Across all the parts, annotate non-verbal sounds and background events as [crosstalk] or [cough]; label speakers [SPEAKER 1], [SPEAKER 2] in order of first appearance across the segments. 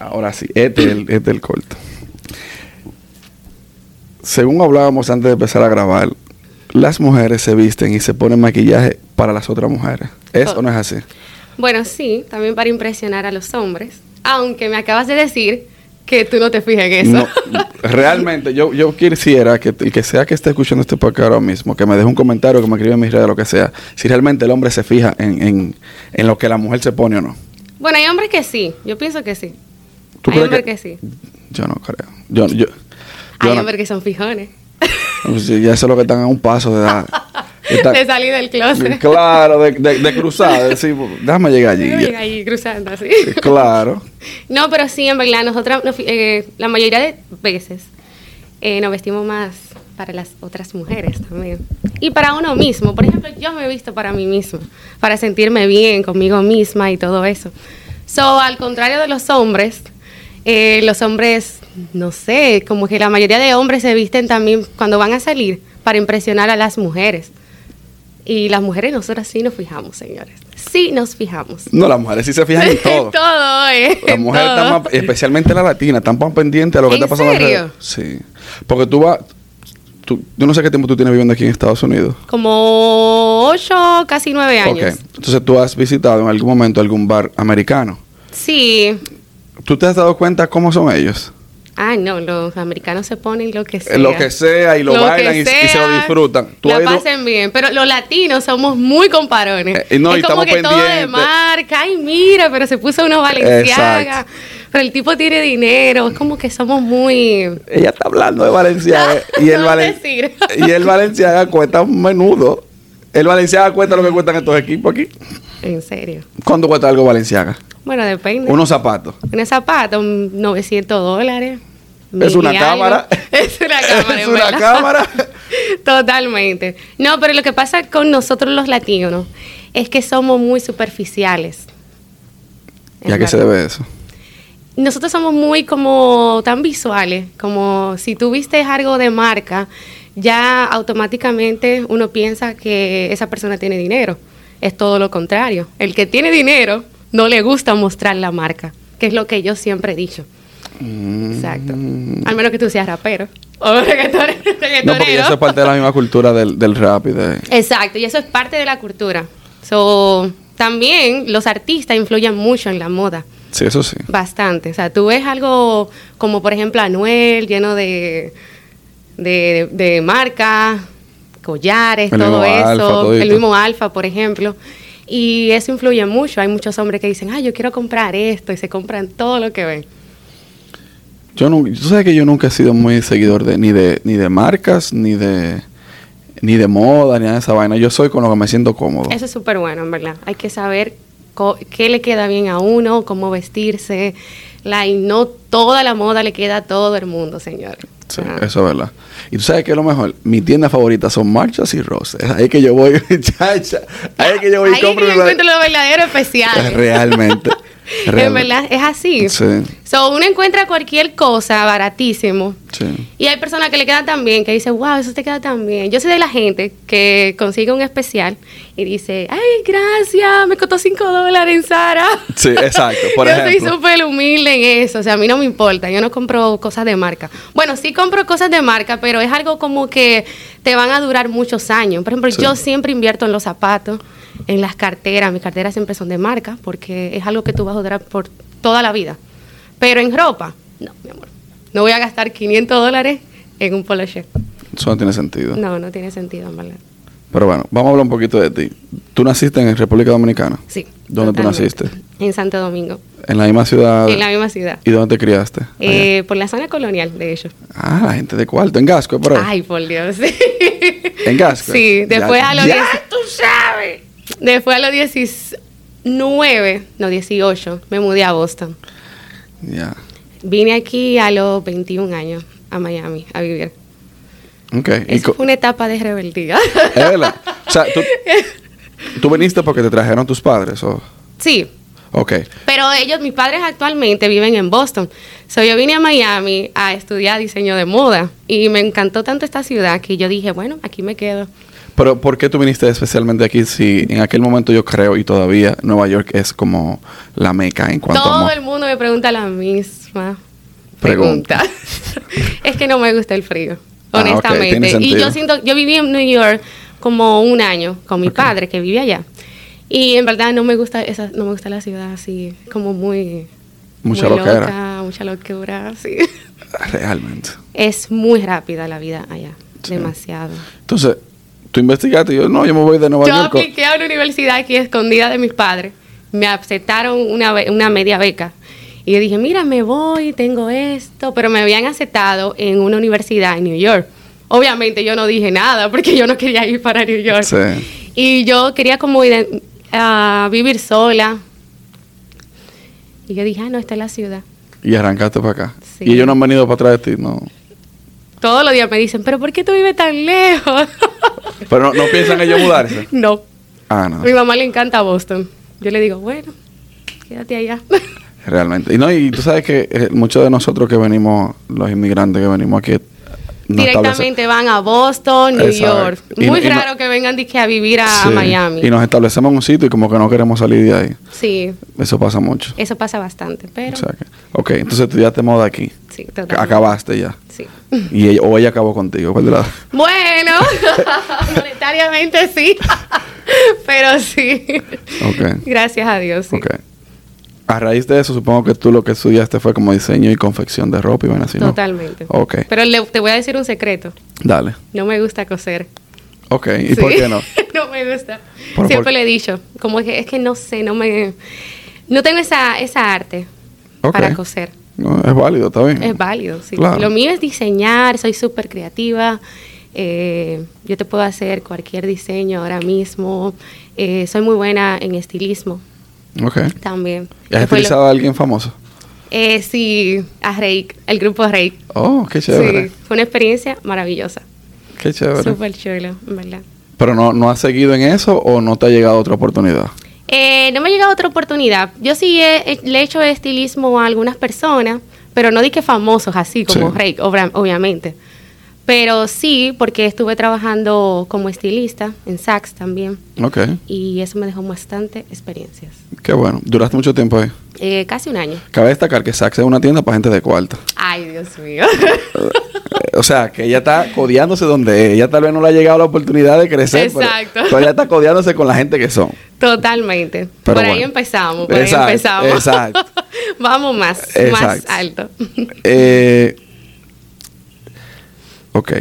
[SPEAKER 1] Ahora sí, este es el, este es el corto. Según hablábamos antes de empezar a grabar, las mujeres se visten y se ponen maquillaje para las otras mujeres. ¿Es
[SPEAKER 2] Oh.
[SPEAKER 1] o no es así?
[SPEAKER 2] Bueno, sí, también para impresionar a los hombres. Aunque me acabas de decir que tú no te fijas en eso.
[SPEAKER 1] No, realmente, yo, yo quisiera que el que sea que esté escuchando este podcast ahora mismo, que me deje un comentario, que me escriba en mis redes, lo que sea, si realmente el hombre se fija en, en- en lo que la mujer se pone o no.
[SPEAKER 2] [laughs] bueno, hay hombres que sí. Yo pienso que sí.
[SPEAKER 1] ¿Tú
[SPEAKER 2] hay
[SPEAKER 1] crees
[SPEAKER 2] hombres
[SPEAKER 1] que-
[SPEAKER 2] que, sí.
[SPEAKER 1] Yo no creo. Yo, yo,
[SPEAKER 2] Hay
[SPEAKER 1] yo no-
[SPEAKER 2] hombres que son fijones.
[SPEAKER 1] Pues
[SPEAKER 2] [laughs]
[SPEAKER 1] sí, ya eso es lo que están a un paso de dar. Está-
[SPEAKER 2] de salir del closet.
[SPEAKER 1] Claro, de, de, de cruzar, de decir, déjame llegar allí.
[SPEAKER 2] Yo
[SPEAKER 1] ya.
[SPEAKER 2] ahí cruzando así.
[SPEAKER 1] Claro.
[SPEAKER 2] No, pero sí, en verdad, nosotras, nos fi- eh, la mayoría de veces, eh, nos vestimos más para las otras mujeres también. Y para uno mismo. Por ejemplo, yo me he visto para mí mismo, para sentirme bien conmigo misma y todo eso. So, al contrario de los hombres, eh, los hombres, no sé, como que la mayoría de hombres se visten también cuando van a salir para impresionar a las mujeres. Y las mujeres, nosotras sí nos fijamos, señores. Sí nos fijamos.
[SPEAKER 1] No, las mujeres sí se
[SPEAKER 2] [laughs]
[SPEAKER 1] fijan en todo.
[SPEAKER 2] todo, eh. [laughs]
[SPEAKER 1] Las mujeres
[SPEAKER 2] todo.
[SPEAKER 1] están más, eh. especialmente la latina, están más pendientes a lo que
[SPEAKER 2] ¿En
[SPEAKER 1] está pasando
[SPEAKER 2] serio?
[SPEAKER 1] alrededor. Sí. Porque tú vas, tú, yo no sé qué tiempo tú tienes viviendo aquí en Estados Unidos.
[SPEAKER 2] Como ocho, casi nueve
[SPEAKER 1] Ok.
[SPEAKER 2] años.
[SPEAKER 1] Entonces tú has visitado en algún momento algún bar americano.
[SPEAKER 2] Sí.
[SPEAKER 1] ¿Tú te has dado cuenta cómo son ellos?
[SPEAKER 2] Ah, no, los americanos se ponen lo que sea.
[SPEAKER 1] Lo que sea y lo bailan
[SPEAKER 2] que
[SPEAKER 1] y- y se lo disfrutan. Tú
[SPEAKER 2] la
[SPEAKER 1] has ido-
[SPEAKER 2] pasen bien. Pero los latinos somos muy comparones.
[SPEAKER 1] Eh, y no,
[SPEAKER 2] es
[SPEAKER 1] y
[SPEAKER 2] como
[SPEAKER 1] estamos
[SPEAKER 2] que todo de
[SPEAKER 1] pendientes.
[SPEAKER 2] marca. Ay, mira, pero se puso unos Valenciaga.
[SPEAKER 1] Exacto.
[SPEAKER 2] Pero el tipo tiene dinero. Es como que somos muy...
[SPEAKER 1] Ella está hablando de
[SPEAKER 2] [laughs]
[SPEAKER 1] Valenciaga
[SPEAKER 2] No,
[SPEAKER 1] y el
[SPEAKER 2] no
[SPEAKER 1] Valen-
[SPEAKER 2] decir.
[SPEAKER 1] y el Valenciaga cuesta un menudo. El Valenciaga cuesta lo que cuestan estos equipos aquí.
[SPEAKER 2] En serio.
[SPEAKER 1] ¿Cuánto cuesta algo Valenciaga?
[SPEAKER 2] Bueno, depende.
[SPEAKER 1] Unos zapatos.
[SPEAKER 2] Un zapato, un 900 dólares.
[SPEAKER 1] Es
[SPEAKER 2] mil
[SPEAKER 1] una
[SPEAKER 2] y algo.
[SPEAKER 1] cámara.
[SPEAKER 2] [laughs] Es una
[SPEAKER 1] [laughs]
[SPEAKER 2] cámara.
[SPEAKER 1] Es
[SPEAKER 2] en
[SPEAKER 1] una
[SPEAKER 2] verdad.
[SPEAKER 1] cámara.
[SPEAKER 2] [laughs] Totalmente. No, pero lo que pasa con nosotros los latinos es que somos muy superficiales.
[SPEAKER 1] ¿Y a qué se debe eso?
[SPEAKER 2] Nosotros somos muy como tan visuales, como si tú viste algo de marca, ya automáticamente uno piensa que esa persona tiene dinero. Es todo lo contrario. El que tiene dinero no le gusta mostrar la marca, que es lo que yo siempre he dicho. Exacto. Al menos que tú seas rapero [laughs] o reggaetone-
[SPEAKER 1] Mm. No, porque
[SPEAKER 2] reggaetonero.
[SPEAKER 1] eso es parte de la misma cultura del, del rap y de...
[SPEAKER 2] Exacto, y eso es parte de la cultura. So, también los artistas influyen mucho en la moda,
[SPEAKER 1] Sí, eso sí.
[SPEAKER 2] bastante. O sea, tú ves algo como, por ejemplo, Anuel, lleno de, de, de marcas, collares,
[SPEAKER 1] El
[SPEAKER 2] todo
[SPEAKER 1] mismo
[SPEAKER 2] eso,
[SPEAKER 1] Alfa, todito.
[SPEAKER 2] el mismo Alfa, por ejemplo. Y eso influye mucho. Hay muchos hombres que dicen, ah, yo quiero comprar esto, y se compran todo lo que ven.
[SPEAKER 1] Yo no, tú sabes que yo nunca he sido muy seguidor de ni de ni de marcas ni de ni de moda ni nada de esa vaina. Yo soy con lo que me siento cómodo.
[SPEAKER 2] Eso es súper bueno, en verdad. Hay que saber co- qué le queda bien a uno, cómo vestirse. Like, no toda la moda le queda a todo el mundo, señor.
[SPEAKER 1] Sí,
[SPEAKER 2] Ah.
[SPEAKER 1] eso es verdad. Y tú sabes que lo mejor, mi tienda favorita son marchas y rosas. Es ahí que yo voy, [laughs] chacha. Ahí es que yo voy
[SPEAKER 2] Ahí
[SPEAKER 1] y
[SPEAKER 2] es
[SPEAKER 1] compro
[SPEAKER 2] que yo
[SPEAKER 1] la-
[SPEAKER 2] encuentro lo verdadero especial.
[SPEAKER 1] Realmente.
[SPEAKER 2] [laughs] En
[SPEAKER 1] realmente.
[SPEAKER 2] verdad, es así.
[SPEAKER 1] Sí.
[SPEAKER 2] So, uno encuentra cualquier cosa baratísimo.
[SPEAKER 1] Sí.
[SPEAKER 2] Y hay personas que le queda tan bien, que dicen, wow, eso te queda tan bien. Yo soy de la gente que consigue un especial y dice, ay, gracias, me costó 5 dólares en Sara.
[SPEAKER 1] Sí, exacto, por
[SPEAKER 2] [laughs] yo soy
[SPEAKER 1] ejemplo.
[SPEAKER 2] súper humilde en eso, o sea, a mí no me importa, yo no compro cosas de marca. Bueno, sí compro cosas de marca, pero es algo como que te van a durar muchos años. Por ejemplo,
[SPEAKER 1] Sí.
[SPEAKER 2] yo siempre invierto en los zapatos, en las carteras, mis carteras siempre son de marca, porque es algo que tú vas a durar por toda la vida. Pero en ropa, no, mi amor. No voy a gastar 500 dólares en un polo shirt.
[SPEAKER 1] Eso no tiene sentido.
[SPEAKER 2] No, no tiene sentido, en verdad.
[SPEAKER 1] Pero bueno, vamos a hablar un poquito de ti. Tú naciste en República Dominicana.
[SPEAKER 2] Sí.
[SPEAKER 1] ¿Dónde tú
[SPEAKER 2] totalmente.
[SPEAKER 1] naciste?
[SPEAKER 2] En Santo Domingo,
[SPEAKER 1] En la misma ciudad.
[SPEAKER 2] en la misma ciudad.
[SPEAKER 1] ¿Y dónde te criaste? Allá.
[SPEAKER 2] Eh, por la zona colonial, de hecho.
[SPEAKER 1] Ah, la gente de cuarto, en Gasco, es por ahí.
[SPEAKER 2] Ay, por Dios. sí.
[SPEAKER 1] [laughs] ¿En Gasco?
[SPEAKER 2] Sí,
[SPEAKER 1] Ya-
[SPEAKER 2] después a los
[SPEAKER 1] ya
[SPEAKER 2] 10 tú sabes. Después a los 19, no 18, me mudé a Boston.
[SPEAKER 1] Ya.
[SPEAKER 2] Vine aquí a los 21 años a Miami a vivir.
[SPEAKER 1] Ok. y
[SPEAKER 2] Eso
[SPEAKER 1] co-
[SPEAKER 2] fue una etapa de rebeldía.
[SPEAKER 1] es verdad. O sea, tú, tú viniste porque te trajeron tus padres. O...
[SPEAKER 2] [laughs] sí,
[SPEAKER 1] Ok.
[SPEAKER 2] pero ellos, mis padres actualmente viven en Boston. So, yo vine a Miami a estudiar diseño de moda y me encantó tanto esta ciudad que yo dije, bueno, aquí me quedo.
[SPEAKER 1] Pero ¿por qué tú viniste especialmente aquí si en aquel momento yo creo y todavía Nueva York es como la meca en cuanto
[SPEAKER 2] Todo
[SPEAKER 1] a amor?
[SPEAKER 2] el mundo me pregunta la misma
[SPEAKER 1] Pregunta.
[SPEAKER 2] pregunta. [laughs] es que no me gusta el frío,
[SPEAKER 1] Ah, ok,
[SPEAKER 2] honestamente.
[SPEAKER 1] tiene
[SPEAKER 2] y
[SPEAKER 1] sentido.
[SPEAKER 2] yo siento, yo viví en New York como un año con mi
[SPEAKER 1] Ok.
[SPEAKER 2] padre que vivía allá. Y en verdad no me gusta esa, no me gusta la ciudad así, como muy
[SPEAKER 1] Mucha
[SPEAKER 2] muy
[SPEAKER 1] loquera.
[SPEAKER 2] loca, mucha locura, sí. [laughs]
[SPEAKER 1] Realmente.
[SPEAKER 2] Es muy rápida la vida allá,
[SPEAKER 1] Sí.
[SPEAKER 2] demasiado.
[SPEAKER 1] Entonces, tú investigaste y yo, no, yo me voy de Nueva
[SPEAKER 2] Yo
[SPEAKER 1] York.
[SPEAKER 2] apliqué a una universidad aquí escondida de mis padres. Me aceptaron una, be- una media beca. Y yo dije, mira, me voy, tengo esto. Pero me habían aceptado en una universidad en New York. Obviamente yo no dije nada porque yo no quería ir para New York.
[SPEAKER 1] Sí.
[SPEAKER 2] Y yo quería como ir a, a vivir sola. Y yo dije, ah, no, esta es la ciudad.
[SPEAKER 1] Y arrancaste para acá.
[SPEAKER 2] Sí.
[SPEAKER 1] Y ellos no han venido para atrás de ti, no.
[SPEAKER 2] Todos los días me dicen, pero ¿por qué tú vives tan lejos?
[SPEAKER 1] Pero no, no piensan
[SPEAKER 2] [laughs]
[SPEAKER 1] ellos mudarse.
[SPEAKER 2] No.
[SPEAKER 1] Ah, no.
[SPEAKER 2] A mi mamá le encanta Boston. Yo le digo, bueno, quédate allá. [laughs]
[SPEAKER 1] Realmente. Y no, y tú sabes que eh, muchos de nosotros que venimos, los inmigrantes que venimos aquí, no establece-
[SPEAKER 2] Directamente van a Boston, New
[SPEAKER 1] Exacto.
[SPEAKER 2] York.
[SPEAKER 1] Y no-
[SPEAKER 2] Muy
[SPEAKER 1] y no-
[SPEAKER 2] raro que vengan dizque, a vivir a
[SPEAKER 1] Sí.
[SPEAKER 2] Miami.
[SPEAKER 1] Y nos establecemos en un sitio y como que no queremos salir de ahí.
[SPEAKER 2] Sí,
[SPEAKER 1] Eso pasa mucho.
[SPEAKER 2] eso pasa bastante, pero
[SPEAKER 1] O sea que- ok, entonces tú ya te moda aquí.
[SPEAKER 2] sí,
[SPEAKER 1] Que
[SPEAKER 2] totalmente.
[SPEAKER 1] Acabaste ya.
[SPEAKER 2] Sí. [laughs]
[SPEAKER 1] Y ella- o ella acabó contigo. ¿Cuál de las dos?
[SPEAKER 2] Bueno, [laughs] monetariamente sí, [laughs] pero sí.
[SPEAKER 1] Ok.
[SPEAKER 2] Gracias a Dios. sí.
[SPEAKER 1] Ok. A raíz de eso, supongo que tú lo que estudiaste fue como diseño y confección de ropa y bueno, así, ¿no?
[SPEAKER 2] Totalmente.
[SPEAKER 1] Ok.
[SPEAKER 2] Pero le- te voy a decir un secreto.
[SPEAKER 1] Dale.
[SPEAKER 2] No me gusta coser.
[SPEAKER 1] Ok. ¿Y
[SPEAKER 2] Sí.
[SPEAKER 1] por qué no?
[SPEAKER 2] no me gusta.
[SPEAKER 1] Por-
[SPEAKER 2] Siempre
[SPEAKER 1] por-
[SPEAKER 2] le he dicho, como que es que no sé, no me... No tengo esa, esa arte
[SPEAKER 1] Ok.
[SPEAKER 2] [laughs] para coser.
[SPEAKER 1] No, es válido, está bien.
[SPEAKER 2] Es válido, sí.
[SPEAKER 1] Claro.
[SPEAKER 2] Lo mío es diseñar, soy súper creativa. eh, yo te puedo hacer cualquier diseño ahora mismo. eh, soy muy buena en estilismo
[SPEAKER 1] Ok.
[SPEAKER 2] también.
[SPEAKER 1] ¿Y ¿Has
[SPEAKER 2] Que fue lo-
[SPEAKER 1] utilizado a alguien famoso?
[SPEAKER 2] eh, sí, a Reik, el grupo Reik.
[SPEAKER 1] Oh, qué
[SPEAKER 2] Sí,
[SPEAKER 1] chévere.
[SPEAKER 2] fue una experiencia maravillosa.
[SPEAKER 1] Qué chévere.
[SPEAKER 2] Súper chulo, en verdad.
[SPEAKER 1] Pero no, no has seguido en eso o no te ha llegado otra oportunidad.
[SPEAKER 2] Eh, no me ha llegado otra oportunidad. Yo sí he- he- le he hecho estilismo a algunas personas, pero no di que famosos así como
[SPEAKER 1] Sí.
[SPEAKER 2] Reik, obra- obviamente. Pero sí, porque estuve trabajando como estilista en Saks también.
[SPEAKER 1] Ok.
[SPEAKER 2] Y eso me dejó bastante experiencias.
[SPEAKER 1] Qué bueno. Duraste mucho tiempo ahí.
[SPEAKER 2] Eh, casi un año.
[SPEAKER 1] Cabe destacar que Saks es una tienda para gente de cuarta.
[SPEAKER 2] Ay, Dios mío.
[SPEAKER 1] Eh, O sea, que ella está codeándose donde es. Ella tal vez no le ha llegado la oportunidad de crecer. pero-
[SPEAKER 2] Exacto.
[SPEAKER 1] Pero, ella está codeándose con la gente que son.
[SPEAKER 2] Totalmente.
[SPEAKER 1] Pero
[SPEAKER 2] por ahí
[SPEAKER 1] bueno.
[SPEAKER 2] empezamos, por
[SPEAKER 1] Exacto,
[SPEAKER 2] ahí empezamos.
[SPEAKER 1] exacto.
[SPEAKER 2] [laughs] Vamos más, más
[SPEAKER 1] Exacto.
[SPEAKER 2] alto.
[SPEAKER 1] Eh, ok.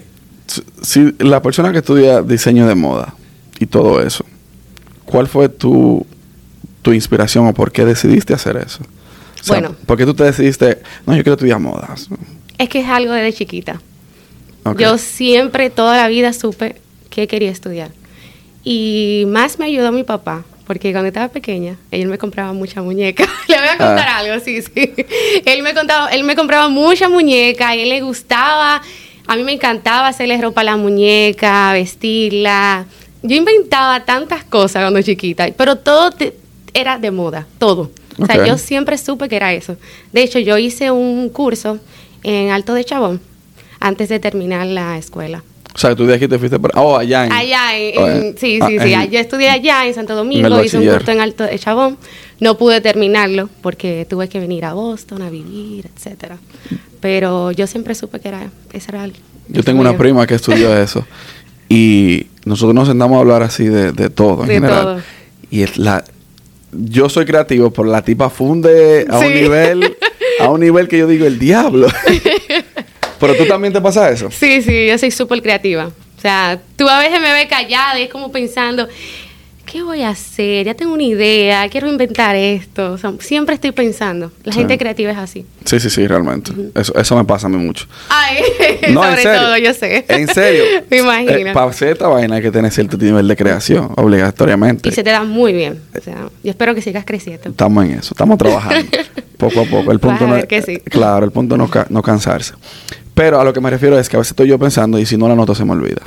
[SPEAKER 1] Si- Si la persona que estudia diseño de moda y todo eso, ¿cuál fue tu, tu inspiración o por qué decidiste hacer eso? O sea,
[SPEAKER 2] Bueno.
[SPEAKER 1] ¿Por qué tú te decidiste, no, yo quiero estudiar modas?
[SPEAKER 2] es que es algo desde chiquita.
[SPEAKER 1] Ok.
[SPEAKER 2] Yo siempre, toda la vida, supe que quería estudiar. Y más me ayudó mi papá, porque cuando estaba pequeña, él me compraba mucha muñeca. [laughs] le voy a contar
[SPEAKER 1] Ah.
[SPEAKER 2] algo, sí, sí. [laughs] Él me, contaba, él me compraba mucha muñeca y él le gustaba. A mí me encantaba hacerle ropa a la muñeca, vestirla. Yo inventaba tantas cosas cuando chiquita, pero todo te- era de moda, todo. O sea,
[SPEAKER 1] Ok.
[SPEAKER 2] yo siempre supe que era eso. De hecho, yo hice un curso en Alto de Chabón antes de terminar la escuela.
[SPEAKER 1] O sea, tú de aquí te fuiste para... Oh, allá en...
[SPEAKER 2] Allá, en,
[SPEAKER 1] oh,
[SPEAKER 2] en-
[SPEAKER 1] en-
[SPEAKER 2] sí,
[SPEAKER 1] ah,
[SPEAKER 2] sí, sí.
[SPEAKER 1] en-
[SPEAKER 2] Yo estudié allá en Santo Domingo,
[SPEAKER 1] el
[SPEAKER 2] hice un
[SPEAKER 1] bachiller.
[SPEAKER 2] curso en Alto de Chabón. No pude terminarlo porque tuve que venir a Boston a vivir, etcétera. Pero yo siempre supe que era, esa era el-
[SPEAKER 1] Yo tengo una
[SPEAKER 2] el-
[SPEAKER 1] prima que
[SPEAKER 2] [laughs]
[SPEAKER 1] estudió eso. Y nosotros nos sentamos a hablar así de, de todo en
[SPEAKER 2] De
[SPEAKER 1] general.
[SPEAKER 2] todo.
[SPEAKER 1] Y es la yo soy creativo, pero la tipa funde a un
[SPEAKER 2] Sí.
[SPEAKER 1] nivel a un nivel que yo digo el
[SPEAKER 2] [laughs]
[SPEAKER 1] diablo. pero tú también te pasa eso.
[SPEAKER 2] Sí, sí, yo soy súper creativa. O sea, tú a veces me ves callada y es como pensando, ¿qué voy a hacer? Ya tengo una idea, quiero inventar esto. O sea, siempre estoy pensando. La
[SPEAKER 1] Sí.
[SPEAKER 2] gente creativa es así.
[SPEAKER 1] Sí, sí, sí, realmente. Eso, eso me pasa a mí
[SPEAKER 2] [laughs]
[SPEAKER 1] mucho.
[SPEAKER 2] Ay,
[SPEAKER 1] No, en
[SPEAKER 2] sobre
[SPEAKER 1] serio.
[SPEAKER 2] todo, yo sé.
[SPEAKER 1] En serio.
[SPEAKER 2] [laughs]
[SPEAKER 1] Eh,
[SPEAKER 2] me imagino.
[SPEAKER 1] para hacer esta vaina hay que tener cierto nivel de creación, obligatoriamente.
[SPEAKER 2] y se te da muy bien. O sea, yo espero que sigas creciendo.
[SPEAKER 1] Estamos en eso, estamos
[SPEAKER 2] [laughs]
[SPEAKER 1] trabajando poco a poco. El
[SPEAKER 2] Vas
[SPEAKER 1] punto
[SPEAKER 2] a
[SPEAKER 1] no
[SPEAKER 2] ver
[SPEAKER 1] es-
[SPEAKER 2] que sí.
[SPEAKER 1] Claro, el punto no, ca- no cansarse. Pero a lo que me refiero es que a veces estoy yo pensando y si no la nota se me olvida.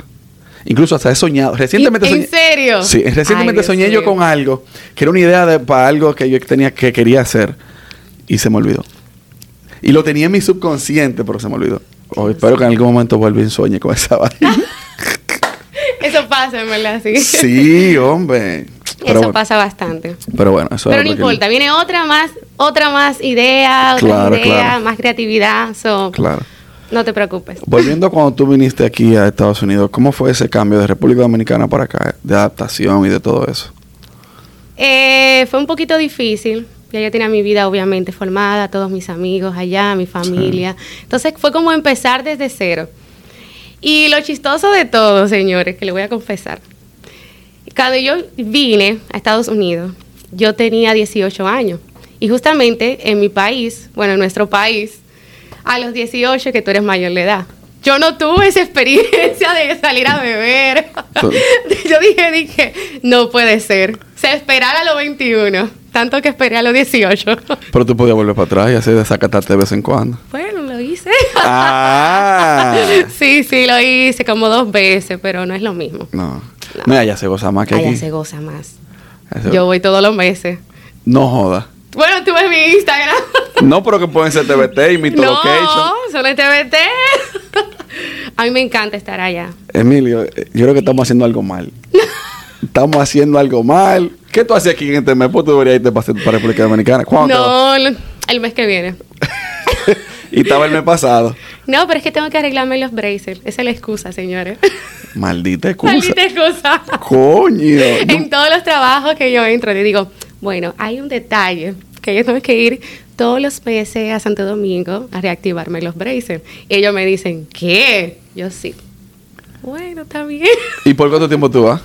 [SPEAKER 1] Incluso hasta he soñado. Recientemente
[SPEAKER 2] ¿En
[SPEAKER 1] soñé-
[SPEAKER 2] serio?
[SPEAKER 1] Sí,
[SPEAKER 2] Ay,
[SPEAKER 1] recientemente
[SPEAKER 2] Dios
[SPEAKER 1] soñé yo
[SPEAKER 2] mío.
[SPEAKER 1] con algo que era una idea de- para algo que yo tenía que quería hacer y se me olvidó. Y lo tenía en mi
[SPEAKER 2] [laughs]
[SPEAKER 1] subconsciente, pero se me olvidó. Oh, espero que en algún momento vuelva y sueñe con esa vaina.
[SPEAKER 2] Eso [laughs] eso pasa, en verdad, sí. [laughs]
[SPEAKER 1] Sí, hombre.
[SPEAKER 2] eso
[SPEAKER 1] Pero bueno,
[SPEAKER 2] pasa bastante.
[SPEAKER 1] pero bueno, eso
[SPEAKER 2] Pero
[SPEAKER 1] era
[SPEAKER 2] no
[SPEAKER 1] lo que-
[SPEAKER 2] importa, viene otra más, otra más idea, otra
[SPEAKER 1] Claro,
[SPEAKER 2] idea,
[SPEAKER 1] claro.
[SPEAKER 2] más creatividad, so,
[SPEAKER 1] Claro.
[SPEAKER 2] no te preocupes.
[SPEAKER 1] Volviendo a cuando tú viniste aquí a Estados Unidos, ¿cómo fue ese cambio de República Dominicana para acá, de adaptación y de todo eso?
[SPEAKER 2] Eh, fue un poquito difícil. Ya yo tenía mi vida obviamente formada, todos mis amigos allá, mi familia. Entonces fue como empezar desde cero. Y lo chistoso de todo, señores, que le voy a confesar. Cuando yo vine a Estados Unidos, yo tenía 18 años. Y justamente en mi país, bueno, en nuestro país, a los 18 que tú eres mayor de edad. Yo no tuve esa [laughs] experiencia de salir a beber.
[SPEAKER 1] Tú-
[SPEAKER 2] [laughs] Yo dije, dije, no puede ser. Se esperar a los 21, tanto que esperé a los 18.
[SPEAKER 1] Pero tú podías volver para atrás y así desacatarte de vez en cuando.
[SPEAKER 2] [laughs] Bueno, lo hice.
[SPEAKER 1] Ah.
[SPEAKER 2] [laughs] Sí, sí, lo hice como dos veces, pero no es lo mismo.
[SPEAKER 1] No. No, allá se goza más que
[SPEAKER 2] Allá
[SPEAKER 1] aquí.
[SPEAKER 2] se goza más.
[SPEAKER 1] Eso-
[SPEAKER 2] Yo voy todos los meses.
[SPEAKER 1] No joda.
[SPEAKER 2] Bueno, tú ves
[SPEAKER 1] [laughs]
[SPEAKER 2] mi Instagram.
[SPEAKER 1] No, pero que pueden ser TBT y Mitolocation.
[SPEAKER 2] [laughs] no, solo en TVT. [laughs] A mí me encanta estar allá.
[SPEAKER 1] Emilio, eh, yo creo que estamos haciendo algo
[SPEAKER 2] [laughs]
[SPEAKER 1] mal. estamos haciendo algo mal. ¿Qué tú haces aquí en este mes? Pues tú deberías irte para, para República Dominicana. ¿Cuándo? te vas?
[SPEAKER 2] No, lo- el mes que viene.
[SPEAKER 1] [laughs] y estaba el mes pasado.
[SPEAKER 2] No, pero es que tengo que arreglarme los braces. Esa es la excusa, señores. [laughs]
[SPEAKER 1] Maldita excusa.
[SPEAKER 2] Maldita excusa.
[SPEAKER 1] Coño. Yo-
[SPEAKER 2] [laughs] En todos los trabajos que yo entro, le digo, bueno, hay un detalle que yo tengo que ir todos los meses a Santo Domingo a reactivarme los braces. Y ellos me dicen, ¿qué? Yo sí. Bueno, está bien. [laughs]
[SPEAKER 1] ¿Y por cuánto tiempo tú vas?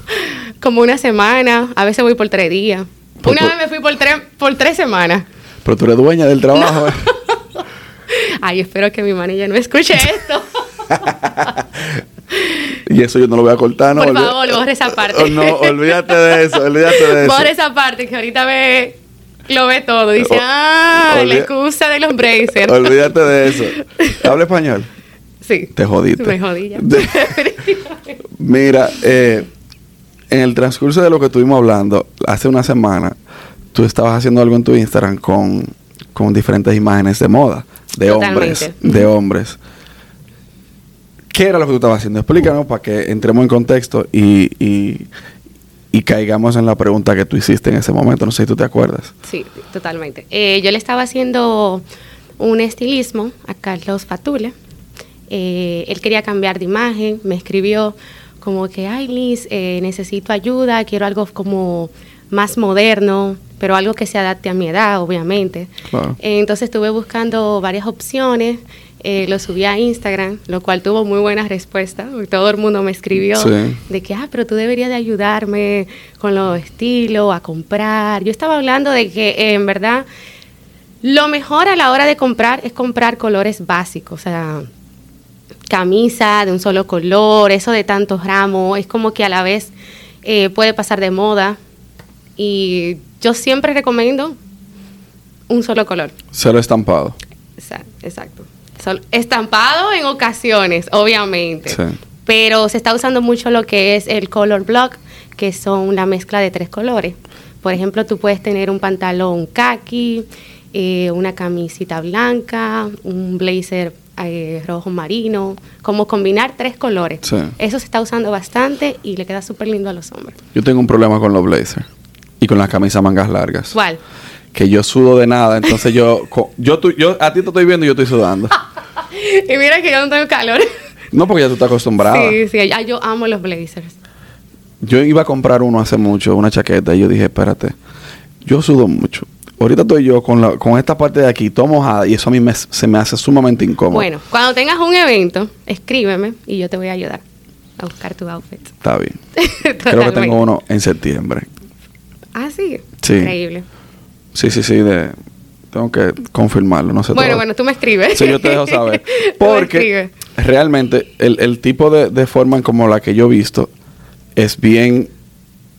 [SPEAKER 2] Como una semana, a veces voy por tres días.
[SPEAKER 1] Por-
[SPEAKER 2] una
[SPEAKER 1] por-
[SPEAKER 2] vez me fui por tres, por tres semanas. [laughs]
[SPEAKER 1] Pero tú eres dueña del trabajo.
[SPEAKER 2] Ay, espero que mi manager no
[SPEAKER 1] [laughs]
[SPEAKER 2] escuche esto.
[SPEAKER 1] [laughs]
[SPEAKER 2] [laughs]
[SPEAKER 1] y eso yo no lo voy a cortar, Ah, ¿no?
[SPEAKER 2] Por
[SPEAKER 1] Olvi-
[SPEAKER 2] favor, borra esa parte.
[SPEAKER 1] Oh, No, olvídate de eso, olvídate
[SPEAKER 2] [laughs]
[SPEAKER 1] de eso.
[SPEAKER 2] Borra esa parte que ahorita ve, lo ve todo. Dice,
[SPEAKER 1] O-
[SPEAKER 2] ah, la
[SPEAKER 1] olvida-
[SPEAKER 2] excusa de los braces.
[SPEAKER 1] Olvídate de
[SPEAKER 2] [laughs]
[SPEAKER 1] eso. Habla español.
[SPEAKER 2] Sí.
[SPEAKER 1] Te jodiste.
[SPEAKER 2] Me jodí ya. [laughs]
[SPEAKER 1] De- Mira, eh, en el transcurso de lo que estuvimos hablando, hace una semana, tú estabas haciendo algo en tu Instagram con, con diferentes imágenes de moda, de hombres,
[SPEAKER 2] Totalmente.
[SPEAKER 1] de hombres. ¿Qué era lo que tú estabas haciendo? Explícanos para que entremos en contexto y, y, y caigamos en la pregunta que tú hiciste en ese momento. No sé si tú te acuerdas.
[SPEAKER 2] Sí, totalmente. Eh, yo le estaba haciendo un estilismo a Carlos Fatule. Eh, él quería cambiar de imagen, me escribió como que, ay Liz, eh, necesito ayuda, quiero algo como más moderno, pero algo que se adapte a mi edad, obviamente.
[SPEAKER 1] Claro.
[SPEAKER 2] Eh, entonces estuve buscando varias opciones, eh, lo subí a Instagram, lo cual tuvo muy buenas respuestas, todo el mundo me escribió
[SPEAKER 1] Sí.
[SPEAKER 2] de que, ah, pero tú deberías de ayudarme con los estilos, a comprar. Yo estaba hablando de que, eh, en verdad, lo mejor a la hora de comprar es comprar colores básicos, o sea, camisa de un solo color, eso de tantos ramos, es como que a la vez eh, puede pasar de moda. Y yo siempre recomiendo un solo color.
[SPEAKER 1] Cero estampado.
[SPEAKER 2] Exa- Exacto. Sol- estampado en ocasiones, obviamente.
[SPEAKER 1] Sí.
[SPEAKER 2] Pero se está usando mucho lo que es el color block, que son la mezcla de tres colores. Por ejemplo, tú puedes tener un pantalón khaki, eh, una camisita blanca, un blazer eh, rojo marino, como combinar tres colores.
[SPEAKER 1] Sí.
[SPEAKER 2] Eso se está usando bastante y le queda súper lindo a los hombres.
[SPEAKER 1] Yo tengo un problema con los blazers y con las camisas mangas largas.
[SPEAKER 2] ¿Cuál?
[SPEAKER 1] que yo sudo de nada, entonces yo co- yo tu- yo a ti te estoy viendo y yo estoy
[SPEAKER 2] [laughs]
[SPEAKER 1] sudando.
[SPEAKER 2] [laughs] Y mira que yo no tengo calor.
[SPEAKER 1] No porque ya tú estás acostumbrada.
[SPEAKER 2] Sí, sí, ah, yo amo los blazers.
[SPEAKER 1] Yo iba a comprar uno hace mucho, una chaqueta y yo dije, "Espérate. Yo sudo mucho. Ahorita estoy yo con la, con esta parte de aquí toda mojada y eso a mí me- se me hace sumamente incómodo.
[SPEAKER 2] Bueno, cuando tengas un evento, escríbeme y yo te voy a ayudar a buscar tu outfit.
[SPEAKER 1] está
[SPEAKER 2] [laughs]
[SPEAKER 1] bien. [laughs] Creo que
[SPEAKER 2] Totalmente.
[SPEAKER 1] tengo uno en septiembre.
[SPEAKER 2] Ah, sí.
[SPEAKER 1] Sí.
[SPEAKER 2] Increíble.
[SPEAKER 1] Sí, sí, sí, de tengo que confirmarlo, no sé
[SPEAKER 2] Bueno,
[SPEAKER 1] todo.
[SPEAKER 2] bueno, tú me escribes.
[SPEAKER 1] Sí, yo te dejo saber.
[SPEAKER 2] [laughs] Tú me
[SPEAKER 1] Porque
[SPEAKER 2] escribes.
[SPEAKER 1] realmente el, el tipo de, de forma como la que yo he visto es bien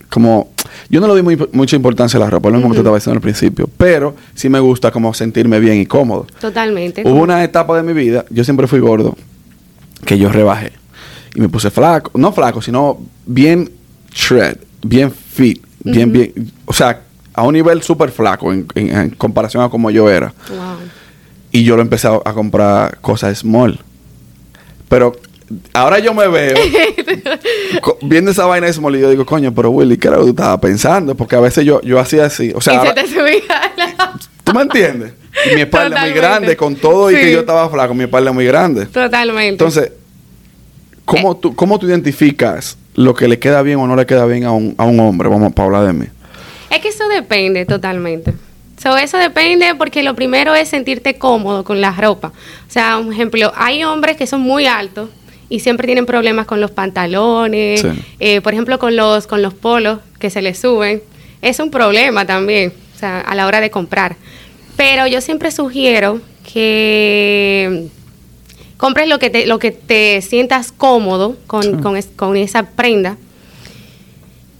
[SPEAKER 1] como... Yo no le doy muy- mucha importancia a la ropa, lo mismo que te estaba diciendo al principio, pero sí me gusta como sentirme bien y cómodo.
[SPEAKER 2] Totalmente.
[SPEAKER 1] Hubo una etapa de mi vida, yo siempre fui gordo, que yo rebajé. Y me puse flaco, no flaco, sino bien shred, bien fit, bien, bien, o sea, a un nivel súper flaco en- en- en comparación a como yo era.
[SPEAKER 2] Wow.
[SPEAKER 1] Y yo lo empecé a, a comprar cosas small. Pero Ahora yo me
[SPEAKER 2] [laughs]
[SPEAKER 1] veo co- viendo esa vaina de Small y yo digo, coño, pero Willy, ¿qué era lo que tú estabas pensando? Porque a veces yo, yo hacía así. O sea,
[SPEAKER 2] y se
[SPEAKER 1] ahora-
[SPEAKER 2] te subía la-
[SPEAKER 1] [laughs]
[SPEAKER 2] [laughs]
[SPEAKER 1] ¿tú me entiendes? Y mi espalda
[SPEAKER 2] Totalmente.
[SPEAKER 1] muy grande con todo y
[SPEAKER 2] Sí.
[SPEAKER 1] que yo estaba flaco, mi espalda muy grande.
[SPEAKER 2] Totalmente. Eh.
[SPEAKER 1] Entonces, ¿cómo, tú, ¿cómo tú identificas lo que le queda bien o no le queda bien a un, a un hombre? Vamos, para hablar de mí.
[SPEAKER 2] Es que eso depende totalmente. So, eso depende porque lo primero es sentirte cómodo con la ropa. O sea, un ejemplo, hay hombres que son muy altos y siempre tienen problemas con los pantalones,
[SPEAKER 1] Sí.
[SPEAKER 2] eh, por ejemplo, con los, con los polos que se les suben. Es un problema también, o sea, a la hora de comprar. Pero yo siempre sugiero que compres lo que te, lo que te sientas cómodo con, con es- con esa prenda.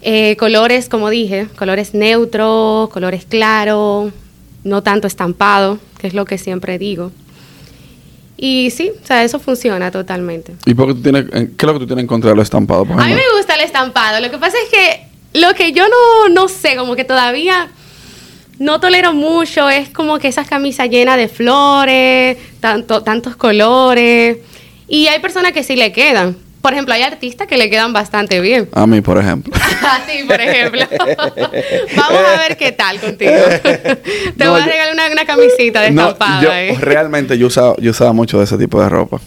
[SPEAKER 2] Eh, colores, como dije, colores neutros, colores claros, no tanto estampado, que es lo que siempre digo. Y sí, o sea, eso funciona totalmente.
[SPEAKER 1] ¿Y por qué tú tienes, en- qué es lo que tú tienes en contra de lo estampado? por
[SPEAKER 2] A mí
[SPEAKER 1] ejemplo?
[SPEAKER 2] me gusta el estampado, lo que pasa es que lo que yo no, no sé, como que todavía no tolero mucho, es como que esas camisas llenas de flores, tanto, tantos colores. Y hay personas que sí le quedan. Por ejemplo, hay artistas que le quedan bastante bien.
[SPEAKER 1] A mí, por
[SPEAKER 2] [laughs]
[SPEAKER 1] ejemplo.
[SPEAKER 2] Así,
[SPEAKER 1] [laughs]
[SPEAKER 2] por ejemplo. Vamos a ver qué tal contigo. Te
[SPEAKER 1] No,
[SPEAKER 2] voy a
[SPEAKER 1] yo-
[SPEAKER 2] regalar una, una camisita de
[SPEAKER 1] No,
[SPEAKER 2] estampada.
[SPEAKER 1] yo,
[SPEAKER 2] eh.
[SPEAKER 1] Realmente yo usaba, yo usaba mucho de ese tipo de ropa.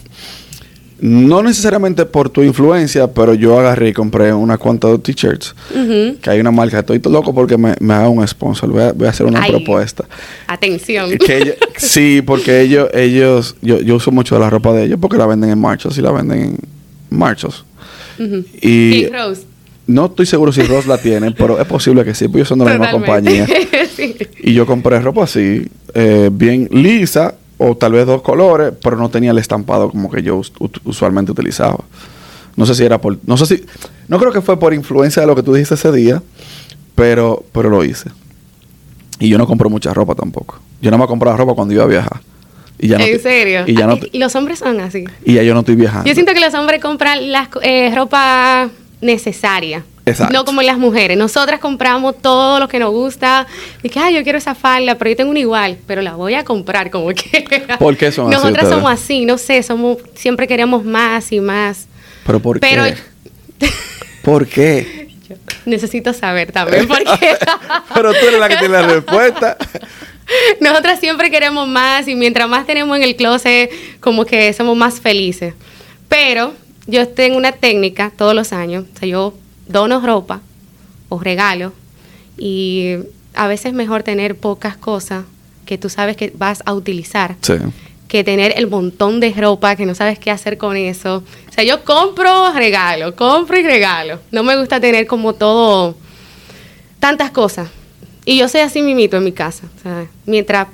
[SPEAKER 1] No necesariamente por tu influencia, pero yo agarré y compré unas cuantas de t-shirts.
[SPEAKER 2] Mm.
[SPEAKER 1] Que hay una marca, estoy loco porque me, me haga un sponsor. Voy a, voy a hacer una
[SPEAKER 2] Ay.
[SPEAKER 1] propuesta.
[SPEAKER 2] Atención.
[SPEAKER 1] Que
[SPEAKER 2] [laughs]
[SPEAKER 1] ellos- sí, porque ellos, ellos yo, yo uso mucho de la ropa de ellos porque la venden en Marchos y la venden en Marchos.
[SPEAKER 2] Ujú. [laughs]
[SPEAKER 1] Y
[SPEAKER 2] Pink Rose.
[SPEAKER 1] no estoy seguro si Ross la
[SPEAKER 2] [laughs]
[SPEAKER 1] tiene, pero es posible que sí, porque ellos son de la misma compañía.
[SPEAKER 2] Sí.
[SPEAKER 1] Y yo compré ropa así, eh, bien lisa, o tal vez dos colores, pero no tenía el estampado como que yo us- ut- usualmente utilizaba. No sé si era por. No sé si. No creo que fue por influencia de lo que tú dijiste ese día, pero, pero lo hice. Y yo no compro mucha ropa tampoco. Yo nada más compraba ropa cuando iba a viajar. Y ya no
[SPEAKER 2] en
[SPEAKER 1] te-
[SPEAKER 2] serio.
[SPEAKER 1] Y ya, no
[SPEAKER 2] Ah,
[SPEAKER 1] te-
[SPEAKER 2] y los hombres son así.
[SPEAKER 1] y ya yo Ah, no estoy viajando.
[SPEAKER 2] Yo siento que los hombres compran las co- eh, ropa necesaria.
[SPEAKER 1] Exacto.
[SPEAKER 2] No como las mujeres. Nosotras compramos todo lo que nos gusta. Y que, ay, yo quiero esa falda, pero yo tengo una igual, pero la voy a comprar como [laughs] que.
[SPEAKER 1] ¿Por qué son así
[SPEAKER 2] Nosotras
[SPEAKER 1] ustedes?
[SPEAKER 2] somos así, no sé, somos, siempre queremos más y más.
[SPEAKER 1] Pero ¿por
[SPEAKER 2] pero
[SPEAKER 1] qué? ¿Por qué?
[SPEAKER 2] necesito saber también por qué.
[SPEAKER 1] [laughs] pero tú eres la que
[SPEAKER 2] [laughs]
[SPEAKER 1] tiene la respuesta.
[SPEAKER 2] Nosotras siempre queremos más y mientras más tenemos en el closet, como que somos más felices. Pero yo tengo una técnica todos los años. O sea, yo dono ropa o regalo y a veces es mejor tener pocas cosas que tú sabes que vas a utilizar
[SPEAKER 1] Sí.
[SPEAKER 2] que tener el montón de ropa que no sabes qué hacer con eso. O sea, yo compro, regalo, compro y regalo. No me gusta tener como todo, tantas cosas. Y yo soy así mimito en mi casa. O sea, mientras